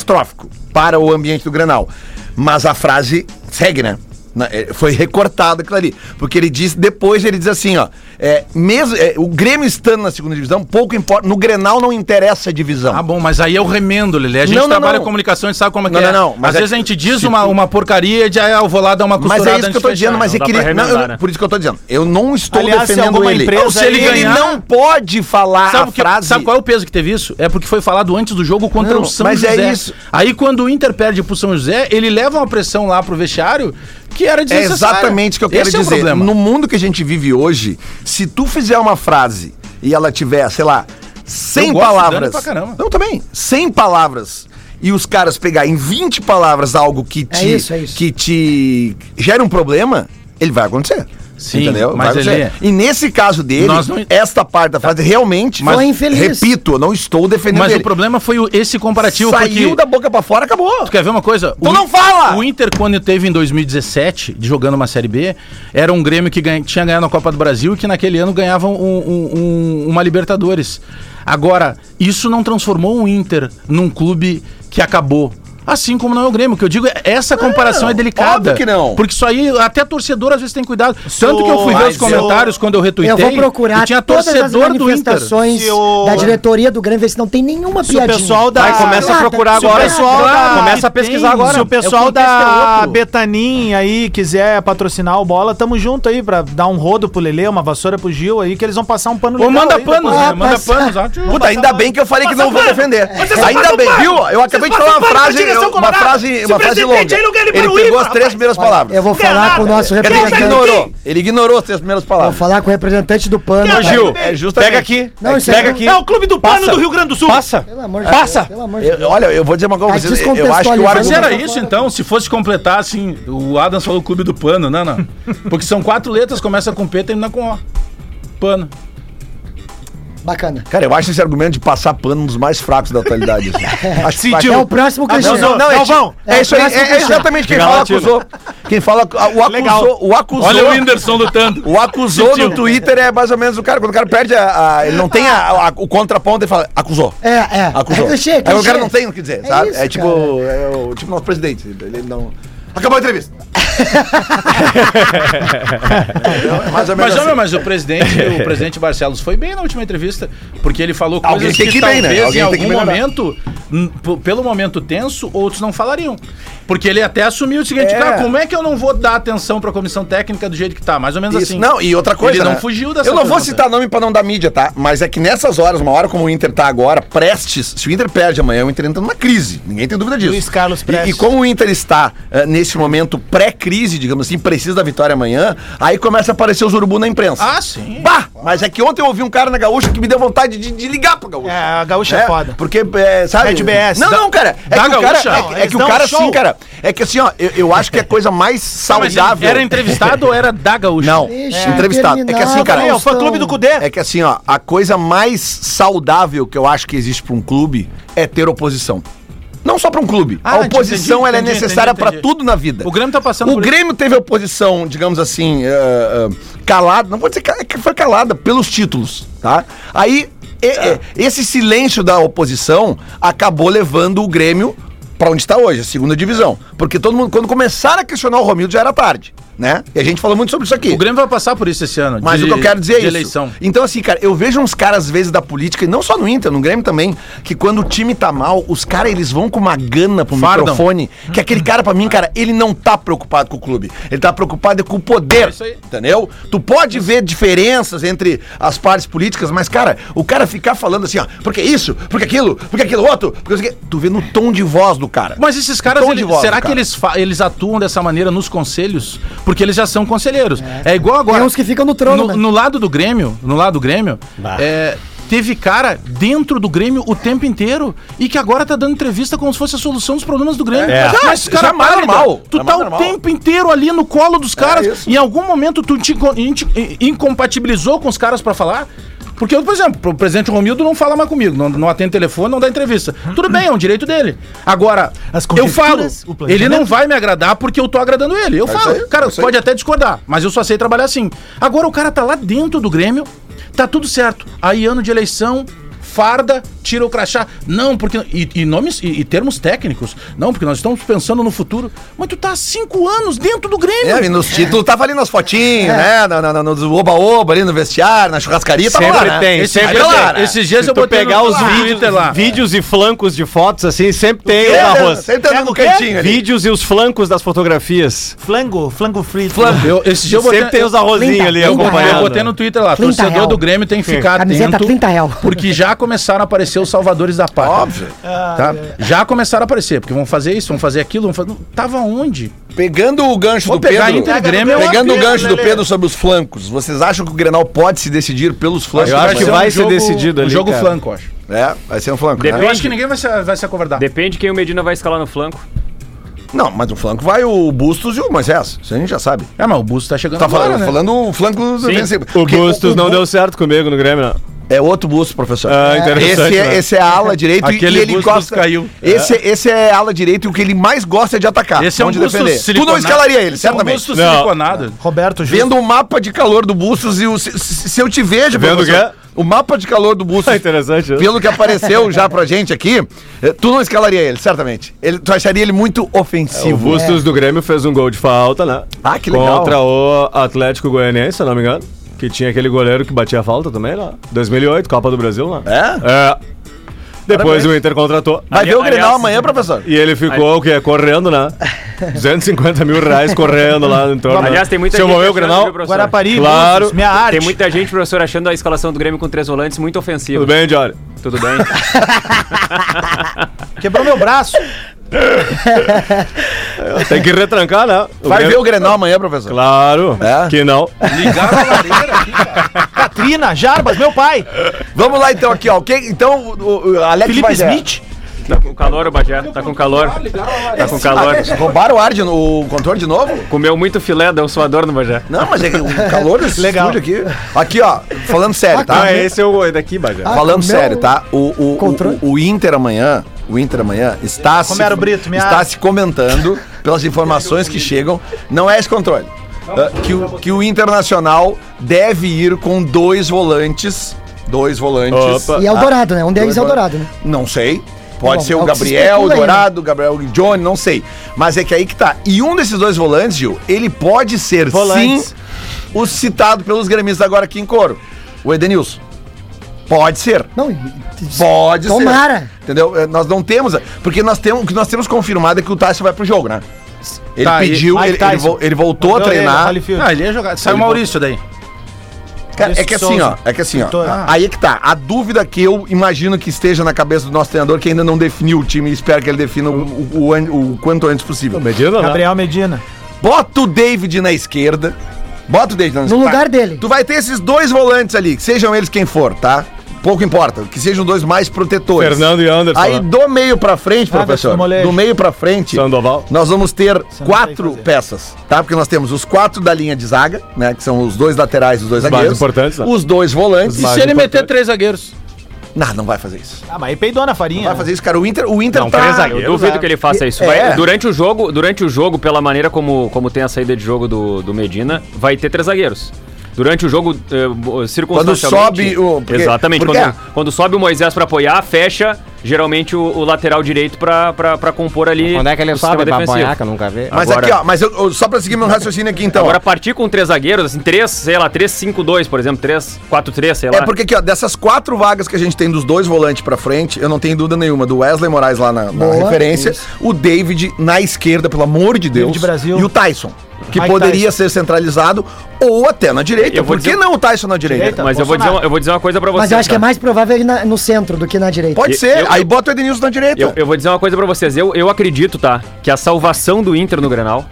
S2: para o ambiente do Grenal. Mas a frase segue, né? Na- é, Foi recortado aquilo ali. Porque ele diz, depois ele diz assim, ó. é, mesmo, é, o Grêmio estando na segunda divisão, pouco importa. No Grenal não interessa a divisão.
S6: Ah, bom, mas aí eu remendo, Lelê. A gente
S2: Não, não,
S6: trabalha
S2: não.
S6: com comunicação, a gente sabe como é que
S2: Não,
S6: é.
S2: não, não, mas
S6: Às
S2: é
S6: vezes
S2: que
S6: a gente diz
S2: se
S6: uma,
S2: tu-
S6: uma porcaria de ah, eu vou lá dar uma
S2: Mas
S6: costurada
S2: é isso que eu tô
S6: antes de
S2: dizendo,
S6: fechar.
S2: mas
S7: não
S2: é
S7: dá
S2: que ele,
S7: pra
S2: não, eu-
S7: remendar, né?
S2: por isso que eu tô dizendo, eu não estou
S3: Aliás, se
S2: defendendo
S3: alguma
S2: ele.
S3: empresa
S2: Ou seja,
S3: aí
S2: ele
S6: ganhar-
S2: não pode falar
S6: Sabe,
S2: a
S6: o que-
S2: frase.
S6: sabe qual é o peso que teve isso? É porque foi falado antes do jogo contra
S2: Não,
S6: o São
S2: mas é
S6: José.
S2: isso.
S6: Aí quando o Inter perde pro São José, ele leva uma pressão lá pro vestiário que era
S2: É
S6: desnecessária.
S2: exatamente o que eu quero
S6: Esse É o
S2: dizer.
S6: problema.
S2: no mundo que a gente vive hoje, se tu fizer uma frase e ela tiver, sei lá, 100
S6: Eu gosto do
S2: palavras.
S6: Dani pra caramba.
S2: não, também, 100 palavras. E os caras pegar em 20 palavras algo que te,
S5: isso, é isso.
S2: que te gera um problema, ele vai acontecer.
S6: Sim,
S2: entendeu?
S6: mas
S2: vai acontecer.
S6: ele- é-
S2: E nesse caso dele,
S6: Nós não- Tá.
S2: esta parte da frase realmente
S5: Foi infeliz.
S2: Repito, eu não estou defendendo
S6: Mas o
S2: ele.
S6: problema foi o- esse comparativo.
S2: Saiu
S6: porque-
S2: da boca pra fora, acabou.
S6: Tu quer ver uma coisa?
S2: Tu não fala!
S6: O Inter, quando teve em 2017, de- jogando uma Série B, era um Grêmio que ganha- tinha ganhado a Copa do Brasil e que naquele ano ganhava um- um- um- uma Libertadores. Agora, isso não transformou o Inter num clube que acabou. Assim como não é o Grêmio, O que eu digo, é- essa comparação é delicada.
S2: óbvio que não.
S6: Porque isso aí, até torcedor às vezes tem cuidado. Tanto que eu fui ver
S3: Mas
S6: os comentários
S3: eu-
S6: quando eu retuitei.
S5: Eu vou procurar
S6: e tinha
S5: todas as
S6: torcedor do Inter.
S5: manifestações
S3: Se o-
S5: da diretoria do Grêmio, ver se não tem nenhuma
S3: Se o
S5: piadinha.
S3: pessoal da. Ah,
S4: Vai, começa a
S5: Nada,
S4: procurar
S3: se o
S4: agora.
S3: pessoal
S4: Claro,
S3: da-
S4: começa a
S3: tem-
S4: pesquisar agora.
S3: Se o pessoal
S4: contexto é
S3: da
S4: outro.
S3: Betanin aí quiser patrocinar o bola, tamo junto aí pra dar um rodo pro Lelê, uma vassoura pro Gil aí, que eles vão passar um pano
S6: Ou manda
S3: aí
S6: panos,
S3: depois.
S6: né?
S5: Ah,
S6: Manda
S5: passa-
S6: panos. ó.
S2: Puta, ainda bem que eu falei que não vou defender. Ainda bem, viu? Eu acabei de falar uma frase. eu- uma frase, uma frase longa. Ele pegou as três primeiras palavras.
S5: Eu vou falar com o nosso
S2: Ele
S5: representante.
S2: ignorou. Ele ignorou as três primeiras
S5: Vou
S2: palavras.
S5: falar com o representante do PAN.
S4: Ô, Gil,
S2: É justamente.
S4: pega aqui.
S5: Não, isso
S4: pega
S5: é-
S4: aqui.
S3: É o Clube do Pano
S4: Passa.
S3: do Rio Grande do Sul.
S4: Passa.
S5: Pelo amor de
S4: Passa.
S5: Deus. Pelo amor de
S2: Eu-
S5: Deus.
S2: olha, eu vou dizer uma coisa pra
S5: Tá
S2: vocês. Eu acho que o
S5: descontextualizando.
S6: Mas
S2: argumento.
S6: era isso então, se fosse completar assim, o Adams falou clube do pano, não, não. Porque são quatro letras, começa com P e termina com O. Pano.
S5: Bacana.
S2: Cara, eu acho esse argumento de passar pano um dos mais fracos da atualidade. assim. Acho que faz-
S5: É o próximo que
S2: Não, não, não, é,
S3: Galvão,
S2: ti- é isso aí, é, é exatamente quem fala
S4: Diga
S2: acusou. Quem fala o acusou, o acusou.
S6: Olha o Whindersson lutando.
S2: O acusou no Twitter é mais ou menos o cara. Quando o cara perde a. a- ele não tem a- a- o contraponto, ele fala, acusou.
S5: É, é.
S2: Acusou.
S5: Ah. É clichê,
S2: Aí o
S5: clichê.
S2: cara não tem o que dizer,
S5: É
S2: sabe?
S5: isso,
S2: é tipo. É o tipo nosso presidente. Ele não. Acabou a entrevista. É mais ou
S6: Mas,
S2: menos.
S6: homem,
S2: assim.
S6: mas o presidente, o presidente Barcelos foi bem na última entrevista, porque ele falou
S2: Alguém
S6: coisas
S2: tem
S6: que,
S2: que ir bem,
S6: talvez
S2: né? Alguém
S6: em
S2: tem que
S6: algum
S2: melhorar.
S6: momento, n- p- pelo momento tenso, outros não falariam. Porque ele até assumiu o seguinte,
S2: É.
S6: cara, como é que eu não vou dar atenção pra comissão técnica do jeito que tá? Mais ou menos
S2: Isso,
S6: assim.
S2: Não, e outra coisa.
S6: Ele não
S2: né?
S6: fugiu dessa
S2: Eu não vou
S6: pergunta.
S2: citar nome pra não dar mídia, tá? Mas é que nessas horas, uma hora como o Inter tá agora, prestes. Se o Inter perde amanhã, o Inter entra numa crise. Ninguém tem dúvida disso.
S3: Luiz Carlos
S2: e, e
S3: Prestes.
S2: como o Inter está eh, nesse momento pré-crise, digamos assim, precisa da vitória amanhã, aí começa a aparecer os urubu na imprensa.
S6: Ah, sim.
S2: Bah! Mas é que ontem eu ouvi um cara na gaúcha que me deu vontade de, de ligar pra gaúcha.
S3: É, a gaúcha é foda.
S2: Porque, é, sabe?
S3: Mete o BS.
S2: Não,
S3: Da-
S2: não, cara. É
S6: da
S2: que o cara,
S6: gaúcha?
S2: é que- é,
S3: Eles
S2: que o
S3: dão
S2: cara
S3: show.
S2: assim, cara. É que assim, ó, eu, eu acho que a coisa mais
S6: Ah, mas ele
S2: saudável.
S6: Era entrevistado ou era da gaúcha?
S2: Não,
S5: Deixa
S2: entrevistado. É
S5: terminar,
S2: que assim, cara.
S3: É o fã-clube do Cudê.
S2: É que assim, ó, a coisa mais saudável que eu acho que existe pra um clube é ter oposição. Não só pra um clube.
S6: Ah,
S2: a
S6: entendi,
S2: oposição ela
S6: entendi,
S2: é necessária
S6: entendi,
S2: pra
S6: entendi.
S2: tudo na vida.
S6: O Grêmio tá passando
S2: O
S6: por
S2: Grêmio teve oposição, digamos assim, eh, eh, calada, não vou dizer ca- é que foi calada, pelos títulos, tá? Aí, e- e- esse silêncio da oposição acabou levando o Grêmio pra onde está hoje, a segunda divisão. Porque todo mundo, quando começaram a questionar o Romildo, já era tarde, né? E a gente falou muito sobre isso aqui.
S6: O Grêmio vai passar por isso esse ano.
S2: Mas
S6: de-
S2: o que eu quero dizer é
S6: de
S2: isso.
S6: eleição.
S2: Então, assim, cara, eu vejo uns caras, às vezes, da política, e não só no Inter, no Grêmio também, que quando o time tá mal, os caras, eles vão com uma gana pro
S6: Fardam. Uhum.
S2: microfone, que aquele cara, pra mim, cara, ele não tá preocupado com o clube. Ele tá preocupado com o poder,
S6: É isso aí.
S2: entendeu? Tu pode ver diferenças entre as partes políticas, mas, cara, o cara ficar falando assim, ó, porque isso, porque aquilo, porque aquilo outro, porque... não sei o quê. Tu vê no tom de voz do cara.
S6: Mas esses caras,
S2: Tom
S6: ele-
S2: de voz,
S6: será
S2: cara.
S6: que eles, fa- eles atuam dessa maneira nos conselhos? Porque eles já são conselheiros. É, igual agora.
S5: Tem uns que ficam no trono,
S6: No,
S5: né?
S6: no lado do Grêmio, no lado do Grêmio, é, teve cara dentro do Grêmio o tempo inteiro e que agora tá dando entrevista como se fosse a solução dos problemas do Grêmio.
S2: É.
S6: Mas,
S2: Isso
S6: cara,
S2: é mais
S6: pálida,
S2: normal.
S6: Tu
S2: É mais
S6: tá
S2: normal.
S6: o tempo inteiro ali no colo dos caras.
S2: É isso.
S6: em algum momento tu te inco- in- in- incompatibilizou com os caras pra falar? Porque, eu, por exemplo, o presidente Romildo não fala mais comigo, não, não atende telefone, não dá entrevista. Tudo bem, é um direito dele. Agora,
S3: As
S6: eu falo,
S3: conjecturas, o planejamento.
S6: ele não vai me agradar porque eu tô agradando ele. Eu falo,
S2: aí,
S6: cara,
S2: é isso aí.
S6: pode até discordar, mas eu só sei trabalhar assim. Agora o cara tá lá dentro do Grêmio, tá tudo certo. Aí ano de eleição, farda, tira o crachá. Não, porque. E, e nomes e, e termos técnicos. Não, porque nós estamos pensando no futuro. Mas tu tá há cinco anos dentro do Grêmio.
S2: É, e nos títulos tava ali nas fotinhas, né? Na- na- na- Nos oba-oba ali no vestiário, na churrascaria, tava
S4: Sempre
S2: né?
S4: tem,
S6: Esse-
S4: sempre
S2: Olha
S6: esse-
S4: tem.
S2: lá, né?
S6: Esses dias
S4: é Se
S6: eu
S4: tu
S6: botei
S4: pegar
S6: no-
S4: os
S6: lá,
S4: vídeos,
S6: Twitter lá.
S4: vídeos e flancos de fotos, assim, sempre tem o
S2: Ele
S4: arroz.
S2: Sempre tá no
S3: Pega o quê?
S2: cantinho ali.
S4: Vídeos e os flancos das fotografias.
S3: Flango, flango frito.
S6: Eu, esse dia eu botei,
S4: sempre tem os arrozinhos
S5: Linda,
S4: ali
S6: eu, botei, eu
S4: acompanhando.
S6: botei no Twitter lá,
S5: 30
S6: torcedor
S5: real.
S6: do Grêmio tem que ficar
S5: Camiseta
S6: tá atento,
S5: 30 real.
S6: porque já começaram a aparecer os salvadores da pátria.
S2: Óbvio.
S4: Ah,
S6: Tá?
S4: é.
S6: Já começaram a aparecer, porque vão fazer isso, vão fazer aquilo, vão fazer... Tava onde?
S2: Pegando o gancho
S6: Vou
S2: do
S6: pegar
S2: Pedro.
S6: Inter e Grêmio, é um
S2: Pegando o
S6: apelo,
S2: gancho do
S6: Lelê.
S2: Pedro sobre os flancos. Vocês acham que o Grenal pode se decidir pelos flancos?
S4: Eu acho que
S6: ser
S2: amanhã?
S4: vai ser
S6: jogo-
S4: decidido
S6: um
S4: ali,
S6: jogo
S4: cara.
S6: flanco, eu acho.
S2: É, vai ser um flanco, né?
S6: Eu
S7: Depende.
S6: acho que ninguém vai se, vai se acovardar.
S7: Depende quem o Medina vai escalar no flanco.
S2: Não, mas no flanco vai o Bustos e o Moisés. Isso a gente já sabe.
S6: É, mas o Busto tá chegando
S2: Tá
S6: agora,
S2: falando,
S6: né?
S2: falando o flanco... do vencedor.
S4: O
S2: Porque
S4: Bustos
S2: o-
S4: não deu certo comigo no Grêmio, não.
S2: É outro Bustos, professor.
S4: Ah, interessante,
S2: Esse é,
S4: né?
S2: esse é a ala direito
S6: Aquele Bustos caiu.
S2: Esse, esse é a ala direito e o que ele mais gosta é de atacar.
S6: Esse é
S2: não
S6: um
S2: de
S6: Busto
S2: defender. Tu não
S6: siliconado.
S2: escalaria ele,
S6: Esse é um
S2: certamente.
S6: Busto
S4: Não.
S6: siliconado.
S3: Roberto Justo.
S2: Vendo o mapa de calor do Bustos e o, se, se- se eu te vejo,
S4: Vendo
S2: professor,
S4: o quê?
S2: o mapa de calor do Bustos,
S4: É interessante.
S2: pelo que apareceu já pra gente aqui, eh, tu não escalaria ele, certamente. Ele, tu acharia ele muito
S4: É, O
S2: ofensivo.
S4: Bustos do Grêmio fez um gol de falta, né?
S2: Tipo, é. Ah, que legal.
S4: Contra o Atlético Goianiense, se eu não me engano. Que tinha aquele goleiro que batia a falta também, né? lá. 2008, Copa do Brasil, lá.
S2: É?
S4: É. Depois
S2: Parabéns.
S4: o Inter contratou.
S2: Vai ver o
S7: Aliás-
S2: Grenal amanhã, professor?
S4: E ele ficou o quê? Correndo, né? 250 mil reais correndo lá no entorno.
S7: Aliás, tem muita
S4: Se eu mover o
S7: achando,
S4: Grenal,
S7: viu, professor?
S3: Guarapari,
S4: Claro.
S3: Búzios, minha arte.
S7: Tem muita gente, professor, achando a escalação do Grêmio com três volantes muito ofensiva.
S4: tudo bem, Diário?
S7: Tudo bem?
S3: Quebrou meu braço.
S4: Tem que retrancar, né?
S2: Vai ver
S4: Grêmio-
S2: o Grenal amanhã, professor.
S4: Claro
S2: É?
S4: que não.
S6: Ligaram a lareira aqui, cara.
S3: Catrina, Jarbas, meu pai.
S2: Vamos lá então aqui, ó. Quem, então, o, o Alex
S3: Felipe
S2: Bagé.
S3: Smith.
S7: Tá com calor o Bagé, tá com calor. Tá com calor.
S2: É, Roubaram o ar de, no- o controle de novo?
S7: Comeu muito filé, deu um suador no Bagé.
S2: Não, mas é que o calor desse
S3: Legal.
S2: estúdio aqui. Aqui, ó, falando sério, tá?
S4: Ah, esse é o daqui, Bagé.
S5: Ah,
S2: Falando
S5: meu-
S2: sério, tá? O, o,
S5: Controle.
S2: o, o Inter amanhã, o Inter amanhã está se,
S3: Romero Brito, me
S2: está
S3: abre.
S2: se comentando pelas informações que chegam. Não é esse controle. Ah, que, o, que o Internacional deve ir com dois volantes. Dois volantes.
S4: Opa.
S5: E é o
S2: tá?
S5: Dourado, né? Um deles é o Dourado, né?
S2: Não sei. Pode
S5: Bom,
S2: ser
S5: é
S2: o
S5: o que se
S2: Gabriel, o
S5: especula aí,
S2: Dourado, o Gabriel o Johnny, não sei. Mas é que aí que tá. E um desses dois volantes, Gil, ele pode ser sim
S3: Volantes.
S2: o citado pelos gremistas agora aqui em couro. O Edenilson. Pode ser.
S5: Não, e-
S2: Pode ser.
S5: Tomara.
S2: Entendeu? Eh, Nós não temos. Porque nós temos, o que nós temos confirmado é que o Tyson vai pro jogo, né? Ele
S6: Tá, e-
S2: pediu,
S3: Mike
S2: ele, ele
S3: Tyson.
S2: vo- ele voltou a
S3: Meu orelha,
S2: treinar.
S3: Holyfield.
S6: Ah, ele ia jogar. Saiu o Maurício daí.
S2: Cara, é que assim, ó.
S3: Souza.
S2: É que assim, ó.
S3: Vitória.
S2: Ah. Aí é que tá. A dúvida que eu imagino que esteja na cabeça do nosso treinador, que ainda não definiu o time e espero que ele defina o, o- o an- o quanto antes possível.
S4: Medina,
S1: Tá
S4: né?
S3: Gabriel Medina.
S2: Bota o David na esquerda. Bota o David na
S5: No lugar dele.
S2: Tu vai ter esses dois volantes ali, que sejam eles quem for, tá? Pouco importa, que sejam dois mais protetores.
S4: Fernando e Anderson.
S2: Aí
S4: né?
S2: do meio pra frente,
S3: Anderson
S2: professor.
S3: Molejo.
S2: Do meio pra frente,
S4: Sandoval.
S2: nós vamos ter
S3: sei
S2: quatro
S3: fazer.
S2: peças, tá? Porque nós temos os quatro da linha de zaga, né? Que são os dois laterais e os dois
S4: Os mais
S2: zagueiros.
S4: importantes, né?
S2: Os dois volantes. é-
S4: Os mais-
S6: Se ele
S4: importante.
S6: meter três zagueiros.
S2: Não, não vai fazer isso.
S3: Ah, mas aí peidou na farinha.
S2: Não vai
S3: né?
S2: fazer isso, cara. O Inter, o Inter
S4: Não, três
S2: tá...
S4: zagueiros.
S7: Eu duvido que ele faça isso.
S2: É.
S7: Vai- durante o jogo, durante o jogo, pela maneira como, como tem a saída de jogo do, do Medina, vai ter três zagueiros. Durante o jogo, eh, bo- circunstancialmente...
S2: sobe o- porque-
S7: exatamente.
S2: porque-
S7: quando, quando sobe o Moisés pra apoiar, fecha geralmente o, o lateral direito pra, pra, pra compor ali...
S8: Quando é que ele
S7: o sistema
S8: sobe pra
S7: defensivo.
S8: apanhar, que eu nunca vi?
S2: É, Mas
S7: Agora-
S2: aqui, ó, mas eu- eu- só pra seguir meu raciocínio aqui, então.
S7: Agora, partir com três zagueiros, assim, três, sei lá, três, cinco, dois, por exemplo, três, quatro, três, sei lá.
S2: É porque aqui, ó, dessas quatro vagas que a gente tem dos dois volantes pra frente, eu não tenho dúvida nenhuma. Do Wesley Moraes lá na, na
S5: Boa,
S2: referência, o David na esquerda, pelo amor de Deus.
S3: David Brasil.
S2: E o Tyson, que
S3: Mike
S2: poderia ser centralizado ou até na direita.
S7: Eu vou
S2: Por que
S7: dizer-
S2: não o Tyson na direita?
S3: Direita.
S7: Mas eu vou, dizer um-
S3: Bolsonaro.
S7: uma, eu vou dizer uma coisa pra vocês.
S5: Mas eu acho que é
S7: tá?
S5: mais provável ele na- no centro do que na direita.
S2: Pode
S7: Eu-
S2: ser.
S7: eu-
S2: Aí bota o Edenilson na direita.
S7: Eu, eu vou dizer uma coisa pra vocês. Eu, eu acredito, tá? Que a salvação do Inter no Grenal.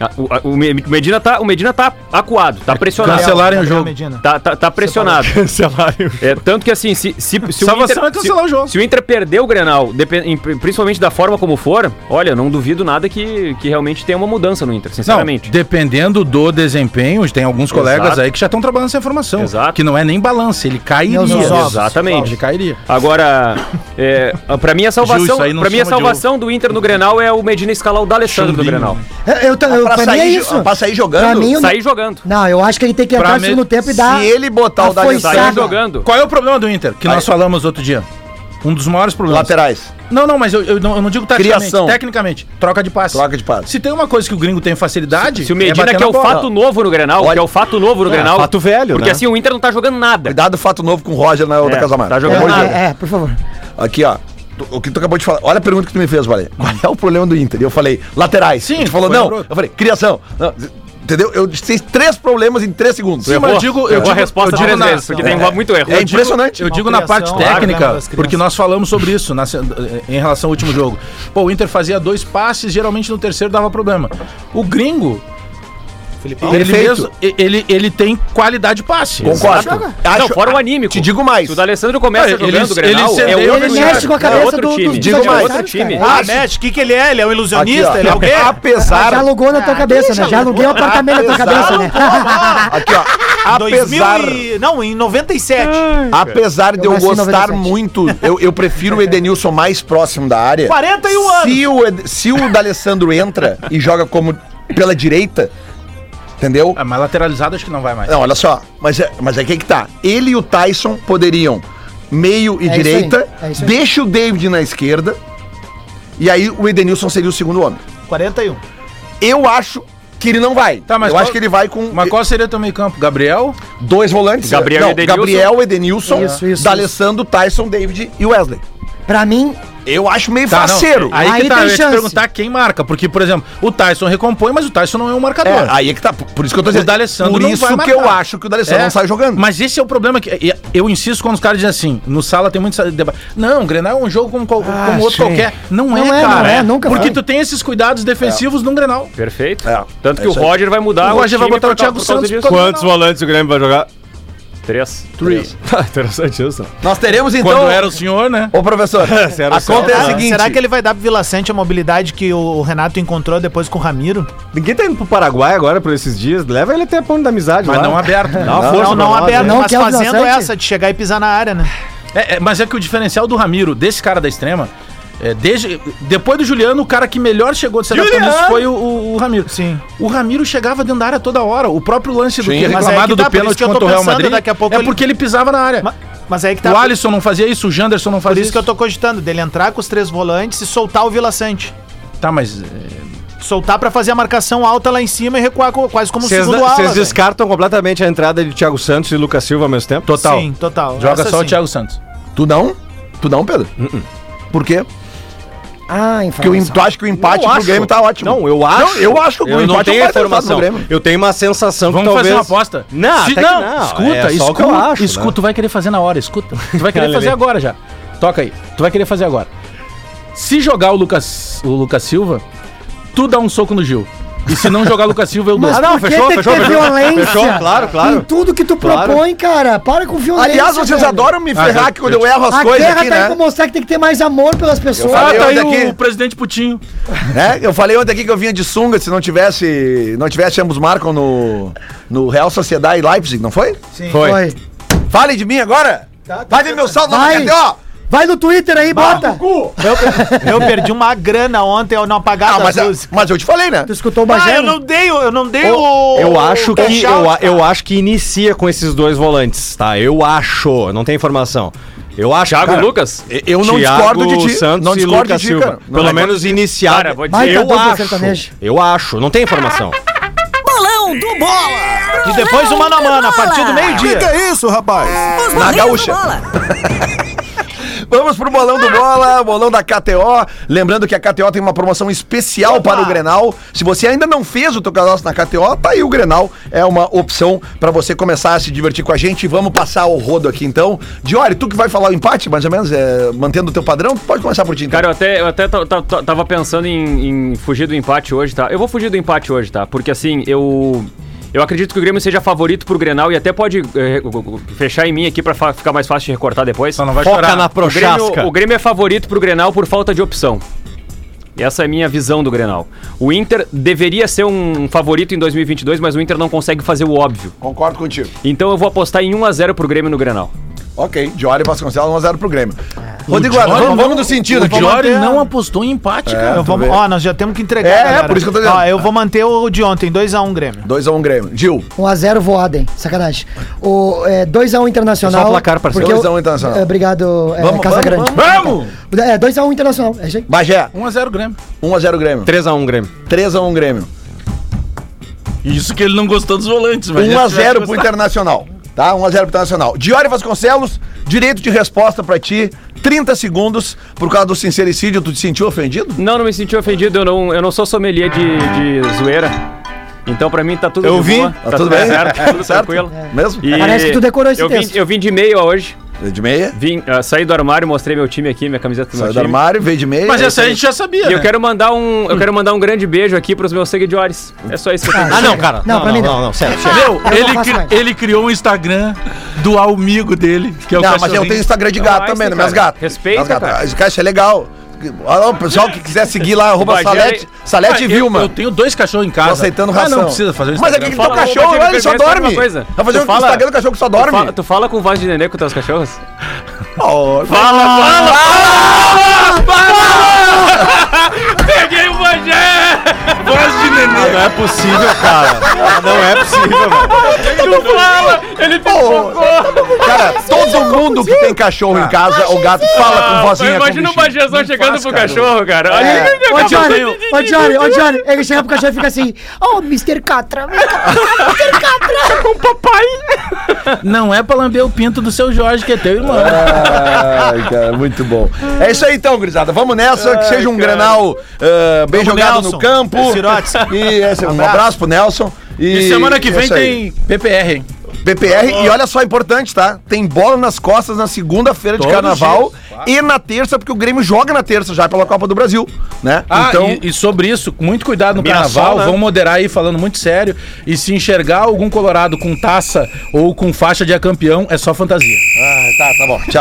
S7: a- o, a- o Me- o Medina tá, o Medina tá acuado, tá pressionado.
S6: Cancelarem o
S3: Gabriel
S6: jogo.
S3: Medina.
S7: Tá, tá, tá pressionado.
S4: Cancelário.
S7: É, tanto que assim, se, se, se, o
S6: Salvação
S7: Inter,
S6: é cancelar
S7: se-
S6: o jogo.
S7: se o Inter perder o Grenal, depen- em- principalmente da forma como for, olha, não duvido nada que, que realmente tenha uma mudança no Inter,
S6: Não,
S7: sinceramente.
S6: dependendo do desempenho, tem alguns colegas aí que já estão trabalhando essa informação.
S7: Exato.
S6: Que não é nem balança, ele cairia.
S5: Meus ovos.
S7: Exatamente.
S6: Ele cairia.
S7: Agora, é, pra mim a
S6: é Gil,
S7: salvação,
S6: isso aí não
S7: pra mim a
S6: chama de
S7: salvação do Inter no Grenal é o Medina escalar o D'Alessandro do
S6: Chumbinho.
S7: Grenal.
S5: Eu, eu, ta- eu,
S2: pra,
S5: pra mim é
S2: sair,
S5: isso.
S2: pra sair jogando.
S5: Pra mim, eu-
S7: Sair jogando.
S5: Não, eu acho que ele tem que entrar
S6: Pra
S5: no
S6: me-
S5: segundo tempo e dar.
S2: se ele botar o
S5: a foiçada.
S7: Sair
S2: D'Alessandro...
S7: jogando.
S6: Qual é o problema do Inter? Que
S2: Aí.
S6: nós falamos outro dia. Um dos maiores problemas.
S2: Laterais.
S6: Não, não, mas eu, eu não, eu não digo taticamente,
S2: Criação.
S6: tecnicamente. Troca de passe.
S2: Troca de passe.
S6: Se tem uma coisa que o gringo tem facilidade.
S7: Se o Medina,
S6: bater
S7: que é
S6: na
S7: o
S6: bola.
S7: fato novo no Grenal, que é o fato novo no Grenal.
S4: fato velho,
S7: Porque
S4: né?
S7: assim, o Inter não tá jogando nada.
S2: Cuidado, fato novo com o Roger na outra
S7: É,
S2: casa
S7: tá
S5: É,
S7: jogando
S2: Pelo amor de
S7: nada.
S2: Deus.
S5: é, é, por favor.
S2: Aqui, ó. tu- O que tu acabou de falar. Olha a pergunta que tu me fez, Valeria. Qual é o problema do Inter? E eu falei, laterais.
S6: Sim,
S2: E Tu falou,
S6: foi
S2: não.
S6: garoto.
S2: Eu falei, criação. Não, entendeu? Eu disse três problemas em três segundos.
S6: Sim, mas eu digo, eu
S7: Errou
S6: digo,
S7: a resposta
S6: eu digo
S7: três
S6: na-
S7: vezes, é porque
S6: é.
S7: tem um muito erro.
S2: É
S7: Eu digo-
S2: impressionante.
S6: Eu digo na parte
S3: Malcriação, problema
S6: técnica,
S3: das crianças.
S6: porque nós falamos sobre isso na- em relação ao último jogo. Pô, o Inter fazia dois passes, geralmente no terceiro dava problema. O gringo, ele,
S2: Perfeito.
S6: mesmo, ele, ele tem qualidade de passe.
S2: Concordo.
S6: É,
S7: não, fora o anímico.
S2: Te digo mais.
S7: Se o D'Alessandro começa
S6: Olha,
S7: Tá jogando
S6: ele-
S7: o Grenal,
S6: ele-
S7: é
S6: ele
S7: outro time.
S5: mexe com a cabeça
S7: é outro
S5: do-
S7: time.
S5: dos
S2: Digo mais.
S7: É outro time.
S5: Ah,
S3: Ah, Matt, o que, que ele é? Ele é um
S2: Aqui,
S3: ilusionista?
S2: ó,
S3: ele é o quê?
S5: Já
S2: apesar.
S5: alugou na tua cabeça, né? Já aluguei o apartamento na tua cabeça, né?
S2: Aqui, ó. Apesar,
S3: 2000 e... Não, em 97.
S2: apesar de eu,
S5: Eu nasci em
S2: gostar
S5: 97.
S2: muito, eu, eu prefiro o Edenilson mais próximo da área.
S3: 41 anos.
S2: Se o, Ed- se o D'Alessandro entra e joga como pela direita, entendeu?
S6: Ah, mas lateralizado acho que não vai mais.
S2: Não, olha só, mas é, mas é que que tá. Ele e o Tyson poderiam meio e
S5: É isso
S2: direita,
S5: aí, é isso aí.
S2: deixa o David na esquerda, e aí o Edenilson seria o segundo homem.
S3: 41.
S2: Eu acho que ele não vai.
S6: Tá, mas
S2: eu
S6: qual-
S2: acho que ele vai com
S6: Mas qual seria teu meio campo? Gabriel?
S2: dois volantes.
S7: Gabriel
S2: Não,
S7: e Edenilson.
S2: Gabriel, Edenilson,
S5: Isso, isso,
S2: D'Alessandro, Tyson, David e Wesley.
S5: Pra mim,
S2: Eu acho meio
S6: Tá, não,
S2: faceiro.
S6: Aí,
S5: Aí
S6: que tá,
S5: tem
S6: eu ia te
S5: chance.
S6: perguntar quem marca. Porque, por exemplo, o Tyson recompõe, mas o Tyson não é um marcador.
S2: É, aí é que tá. Por isso que eu tô
S6: O
S2: dizendo.
S6: D'Alessandro
S2: por
S6: não
S2: isso
S6: vai
S2: que eu
S6: marcar.
S2: acho que o D'Alessandro
S6: É,
S2: não sai jogando.
S6: Mas esse é o problema que. e- Eu insisto quando os caras dizem assim, no sala tem muito essa- deba- Não, o Grenal é um jogo como, qual-
S2: Ah,
S6: como outro qualquer. Não é,
S5: Não é,
S6: cara.
S5: não é, nunca
S6: Porque
S5: foi.
S6: tu tem esses cuidados defensivos num Grenal.
S7: Perfeito.
S2: É,
S7: Tanto
S2: é
S7: que o
S2: isso aí.
S7: Roger vai mudar.
S6: O Roger vai
S7: time
S6: botar
S7: por
S6: o Thiago
S7: causa- por causa
S6: Santos
S7: disso.
S6: por causa-
S4: Quantos volantes o Grêmio vai jogar?
S7: Três.
S2: Três.
S4: Interessante isso.
S2: Nós teremos então.
S6: Quando era o senhor, né?
S2: Ô, professor,
S4: Zero,
S2: a
S4: zero.
S2: conta é a
S4: Ah,
S2: seguinte.
S3: Será que ele vai dar pro Vila Sante a mobilidade que o Renato encontrou depois com o Ramiro?
S4: Ninguém tá indo pro Paraguai agora por esses dias. Leva ele até a ponte da amizade,
S6: Mas
S4: lá.
S6: não aberto.
S4: Dá uma força
S3: Não, não
S4: pra nós,
S3: aberto,
S4: né?
S5: Não
S3: mas
S5: quer o Vila
S3: fazendo
S5: Sante?
S3: essa de chegar e pisar na área, né?
S6: É, é, mas é que o diferencial do Ramiro, desse cara da extrema, é, desde, depois do Juliano, o cara que melhor chegou de se adaptar nisso foi o, o- o Ramiro.
S3: Sim.
S6: O Ramiro chegava dentro da área toda hora. O próprio lance do
S2: Sim,
S6: que é
S2: mas
S3: é
S6: reclamado
S3: que tá,
S6: do
S3: por isso
S6: pênalti
S3: que eu tô
S6: contra o Real
S3: pensando,
S6: Madrid
S3: daqui a pouco
S6: é
S3: ele-
S6: porque ele pisava na área.
S3: Ma- Mas aí que tá.
S6: o Alisson não fazia isso, o Janderson não
S3: Por
S6: fazia
S3: isso que eu tô cogitando, dele entrar com os três volantes e soltar o Vila Sante.
S6: Tá, mas. é,
S3: Soltar pra fazer a marcação alta lá em cima e recuar co- quase como um
S4: Vocês
S3: segundo ala.
S4: vocês
S3: velho.
S4: descartam completamente a entrada de Thiago Santos e Lucas Silva ao mesmo tempo?
S6: Total.
S3: Sim, total.
S6: Joga
S3: Essa
S6: só o
S3: sim.
S6: Thiago Santos.
S2: Tu não? Tu não, Pedro? Por quê?
S5: Ah,
S2: Porque o,
S5: informação.
S2: em- tu acha que o empate
S4: Eu
S2: pro
S4: acho.
S2: Grêmio tá ótimo.
S4: Não, eu acho.
S2: Não, eu acho que o
S4: eu não
S2: empate é
S4: tenho
S2: um
S4: a
S2: baita resultado
S4: informação.
S2: do Grêmio.
S4: Eu tenho uma sensação
S6: Vamos
S4: que
S6: fazer
S4: talvez...
S6: uma aposta?
S4: Não,
S6: Se-
S4: até que
S6: não,
S4: não.
S6: escuta,
S4: É só o
S6: escuta,
S4: que eu acho,
S6: escuta,
S4: né?
S6: tu vai querer fazer na hora, escuta. Tu vai querer
S4: Olha
S6: fazer
S4: ali.
S6: agora já. Toca aí. Tu vai querer fazer agora. Se jogar o Lucas, o Lucas Silva, tu dá um soco no Gil. E se não jogar o Lucas Silva, eu dou.
S5: Mas
S4: Ah, não,
S5: por que
S4: fechou,
S5: tem
S4: fechou,
S5: que ter
S4: fechou.
S5: violência?
S4: Fechou, claro, claro.
S5: Em tudo que tu
S4: Claro.
S5: propõe, cara. Para com violência.
S2: Aliás, vocês
S5: velho.
S2: adoram me ferrar
S6: eu-
S2: que quando eu erro as
S5: A
S2: coisas
S5: guerra
S2: aqui,
S5: tá aí
S2: né?
S5: pra mostrar que tem que ter mais amor pelas pessoas.
S2: falei,
S6: tá aí
S2: olha aqui.
S6: o presidente Putinho.
S2: É, eu falei ontem aqui que eu vinha de sunga, se não tivesse, não tivesse ambos marcam no, no Real Sociedade e Leipzig, não foi?
S4: Foi.
S5: Foi.
S2: Fale de mim agora. Vai ver meu saldo lá
S5: Vai.
S2: na KTO.
S5: Vai no Twitter aí, bota.
S3: Eu perdi uma grana ontem ao não apagar
S2: Ah,
S3: as
S2: mas,
S3: luzes.
S2: mas eu te falei, né?
S5: Tu escutou o
S3: Ah,
S5: Bagé?
S3: eu não dei, o- eu não dei o.
S4: Eu acho
S3: o
S2: É
S4: que
S3: shout,
S4: eu, a-
S3: cara.
S4: eu acho que inicia com esses dois volantes, tá? Eu acho, não tem informação. Eu acho.
S7: Thiago e Lucas?
S2: Eu não discordo de ti.
S4: Santos
S2: não
S4: e
S2: discordo
S4: Lucas
S2: de ti,
S4: Silva.
S2: cara. Não, é
S4: Pelo
S2: mas-
S4: menos iniciar.
S7: Cara, vou dizer,
S5: Baita
S4: eu
S5: dupla
S4: acho.
S5: sertaneja.
S4: Eu acho, não tem informação.
S8: Bolão do Bola!
S3: E depois o mano a mano, a partir do meio-dia.
S8: Os
S2: Na
S8: bolinhos
S2: gaúcha.
S8: do Bola.
S2: Vamos pro bolão do bola, bolão da KTO. Lembrando que a KTO tem uma promoção especial para o Grenal. Se você ainda não fez o teu cadastro na KTO, tá aí o Grenal. É uma opção para você começar a se divertir com a gente. Vamos passar o rodo aqui então. Diori, tu que vai falar o empate, mais ou menos, é, mantendo o teu padrão, tu pode começar por ti. Então.
S7: Cara, eu até, eu até ta- ta- ta- tava pensando em, em fugir do empate hoje, tá? Eu vou fugir do empate hoje, tá? Porque assim, eu. Eu acredito que o Grêmio seja favorito pro Grenal e até pode eh, fechar em mim aqui pra fa- ficar mais fácil de recortar depois.
S6: Só não vai
S4: Foca
S6: chorar.
S4: na
S7: O Grêmio,
S4: prochasca.
S7: o Grêmio é favorito pro Grenal por falta de opção. Essa é a minha visão do Grenal. O Inter deveria ser um favorito em 2022, mas o Inter não consegue fazer o óbvio.
S2: Concordo contigo.
S7: Então eu vou apostar em 1 a 0 pro Grêmio no Grenal.
S2: Ok, Diori e Vasconcelos 1x0 pro Grêmio. Rodrigo, Adams, vamos, vamos no sentido.
S6: O
S2: vamos
S6: Diori
S2: manter-
S6: não apostou em empate, cara.
S3: Eu vou-
S2: vê.
S3: ó, nós já temos que entregar.
S2: É, é,
S3: galera.
S2: por isso que eu tô dizendo.
S3: Ó, eu vou manter o de ontem, 2x1 Grêmio.
S2: 2x1 Grêmio. Gil,
S5: 1x0 Voaden, sacanagem. O, é, 2x1 Internacional.
S4: Só o placar, parceiro.
S5: porque eu-
S2: 2x1 Internacional.
S5: É, obrigado, é,
S2: Vamos,
S5: Casa
S2: vamos,
S5: Grande.
S6: Vamos!
S5: É, 2x1 Internacional. É isso aí.
S2: Bagé,
S6: 1x0 Grêmio.
S2: 1x0 Grêmio.
S4: 3x1 Grêmio.
S2: 3x1 Grêmio.
S6: Isso que ele não gostou dos volantes, mas.
S2: 1x0 pro Internacional. Tá? 1x0 pro Internacional. Diori Vasconcelos, direito de resposta pra ti. 30 segundos. Por causa do sincericídio, tu te sentiu ofendido?
S7: Não, não me senti ofendido, eu não, eu não sou sommelier de, de zoeira. Então pra mim tá tudo
S4: Eu
S7: de
S4: vi,
S7: boa,
S2: Tá
S7: tá tudo bem, certo, tudo tranquilo.
S2: Mesmo?
S7: E
S5: Parece que tu decorou esse
S7: eu
S5: texto.
S7: Vim, eu vim de meia hoje,
S2: De meia.
S7: vim, ah, saí do armário, mostrei meu time aqui, minha camiseta do meu
S2: Saiu do
S7: time.
S2: armário, veio de meia.
S6: Mas essa É, aí a gente já sabia.
S7: E eu
S6: né?
S7: quero mandar um, eu quero mandar um grande beijo aqui pros meus seguidores. É só isso que eu tenho.
S4: Ah, não, cara.
S5: Não, pra mim não.
S4: não, não, sério, sério.
S6: Meu,
S5: Eu
S6: ele,
S5: não faço
S6: cri-
S5: mais.
S6: ele criou um Instagram do amigo dele, que é o
S2: Não, mas eu
S6: cachorrinho.
S2: tenho Instagram de
S7: Não,
S2: gato
S7: mas,
S2: também, né?
S7: cara,
S2: Meus gatos.
S7: respeita,
S2: Meus gatos.
S7: cara.
S2: Esse caixa é legal. Olha o pessoal que quiser seguir lá, arroba
S7: Bagé,
S2: Salete, Salete
S6: Ah,
S2: e
S6: eu-
S2: Vilma.
S6: Eu tenho dois cachorros em casa.
S2: Tô aceitando
S6: Ah,
S2: ração.
S6: não precisa fazer um
S2: Mas
S6: Instagram.
S2: aqui que teu
S7: Fala,
S2: cachorro,
S7: ô, Bagé,
S2: ele só
S7: me pergunta
S2: dorme.
S7: uma coisa.
S2: Vai fazer
S7: Tu
S2: o
S7: fala-
S2: Instagram do cachorro que só
S7: Tu fala,
S2: dorme. Tá,
S7: tu fala com voz de nenê com teus cachorros?
S2: Oh,
S7: Peguei o Bagé! Ah,
S4: Não é possível, cara. Não é possível, velho.
S7: Ele fala! Ele
S2: Cara, todo mundo mundo que tem cachorro em casa, o gato fala com vozinha com
S7: Imagina o
S2: bichinho.
S7: Bajazão chegando pro cachorro, cara. Olha
S2: É.
S7: ele, meu
S5: Ô,
S7: cachorro.
S5: Johnny, ô, Johnny, ô, Johnny. Ele chega pro cachorro e fica assim, ô, Mr. Catra, Mr. Catra.
S6: Não é pra lamber o pinto do seu Jorge, que é teu irmão.
S2: Ai, cara, muito bom. É isso aí então, gurizada. Vamos nessa, que seja um granal ah, bem jogado
S3: Nelson.
S2: no campo.
S3: É, Sirotes.
S2: E esse, um abraço pro Nelson.
S6: E semana que
S2: é
S6: vem
S2: isso aí.
S6: tem PPR, hein?
S2: PPR, e olha só, importante, tá? Tem bola nas costas na segunda-feira de
S6: Todos
S2: carnaval
S6: os
S2: e na terça, porque o Grêmio joga na terça já pela Copa do Brasil, né?
S6: Ah,
S2: então,
S6: e, e sobre isso, muito cuidado no
S4: Mirassol,
S6: carnaval,
S4: né?
S6: vão moderar aí falando muito sério. E se enxergar algum colorado com taça ou com faixa de campeão, é só fantasia.
S2: Ah, tá, tá bom. Tchau.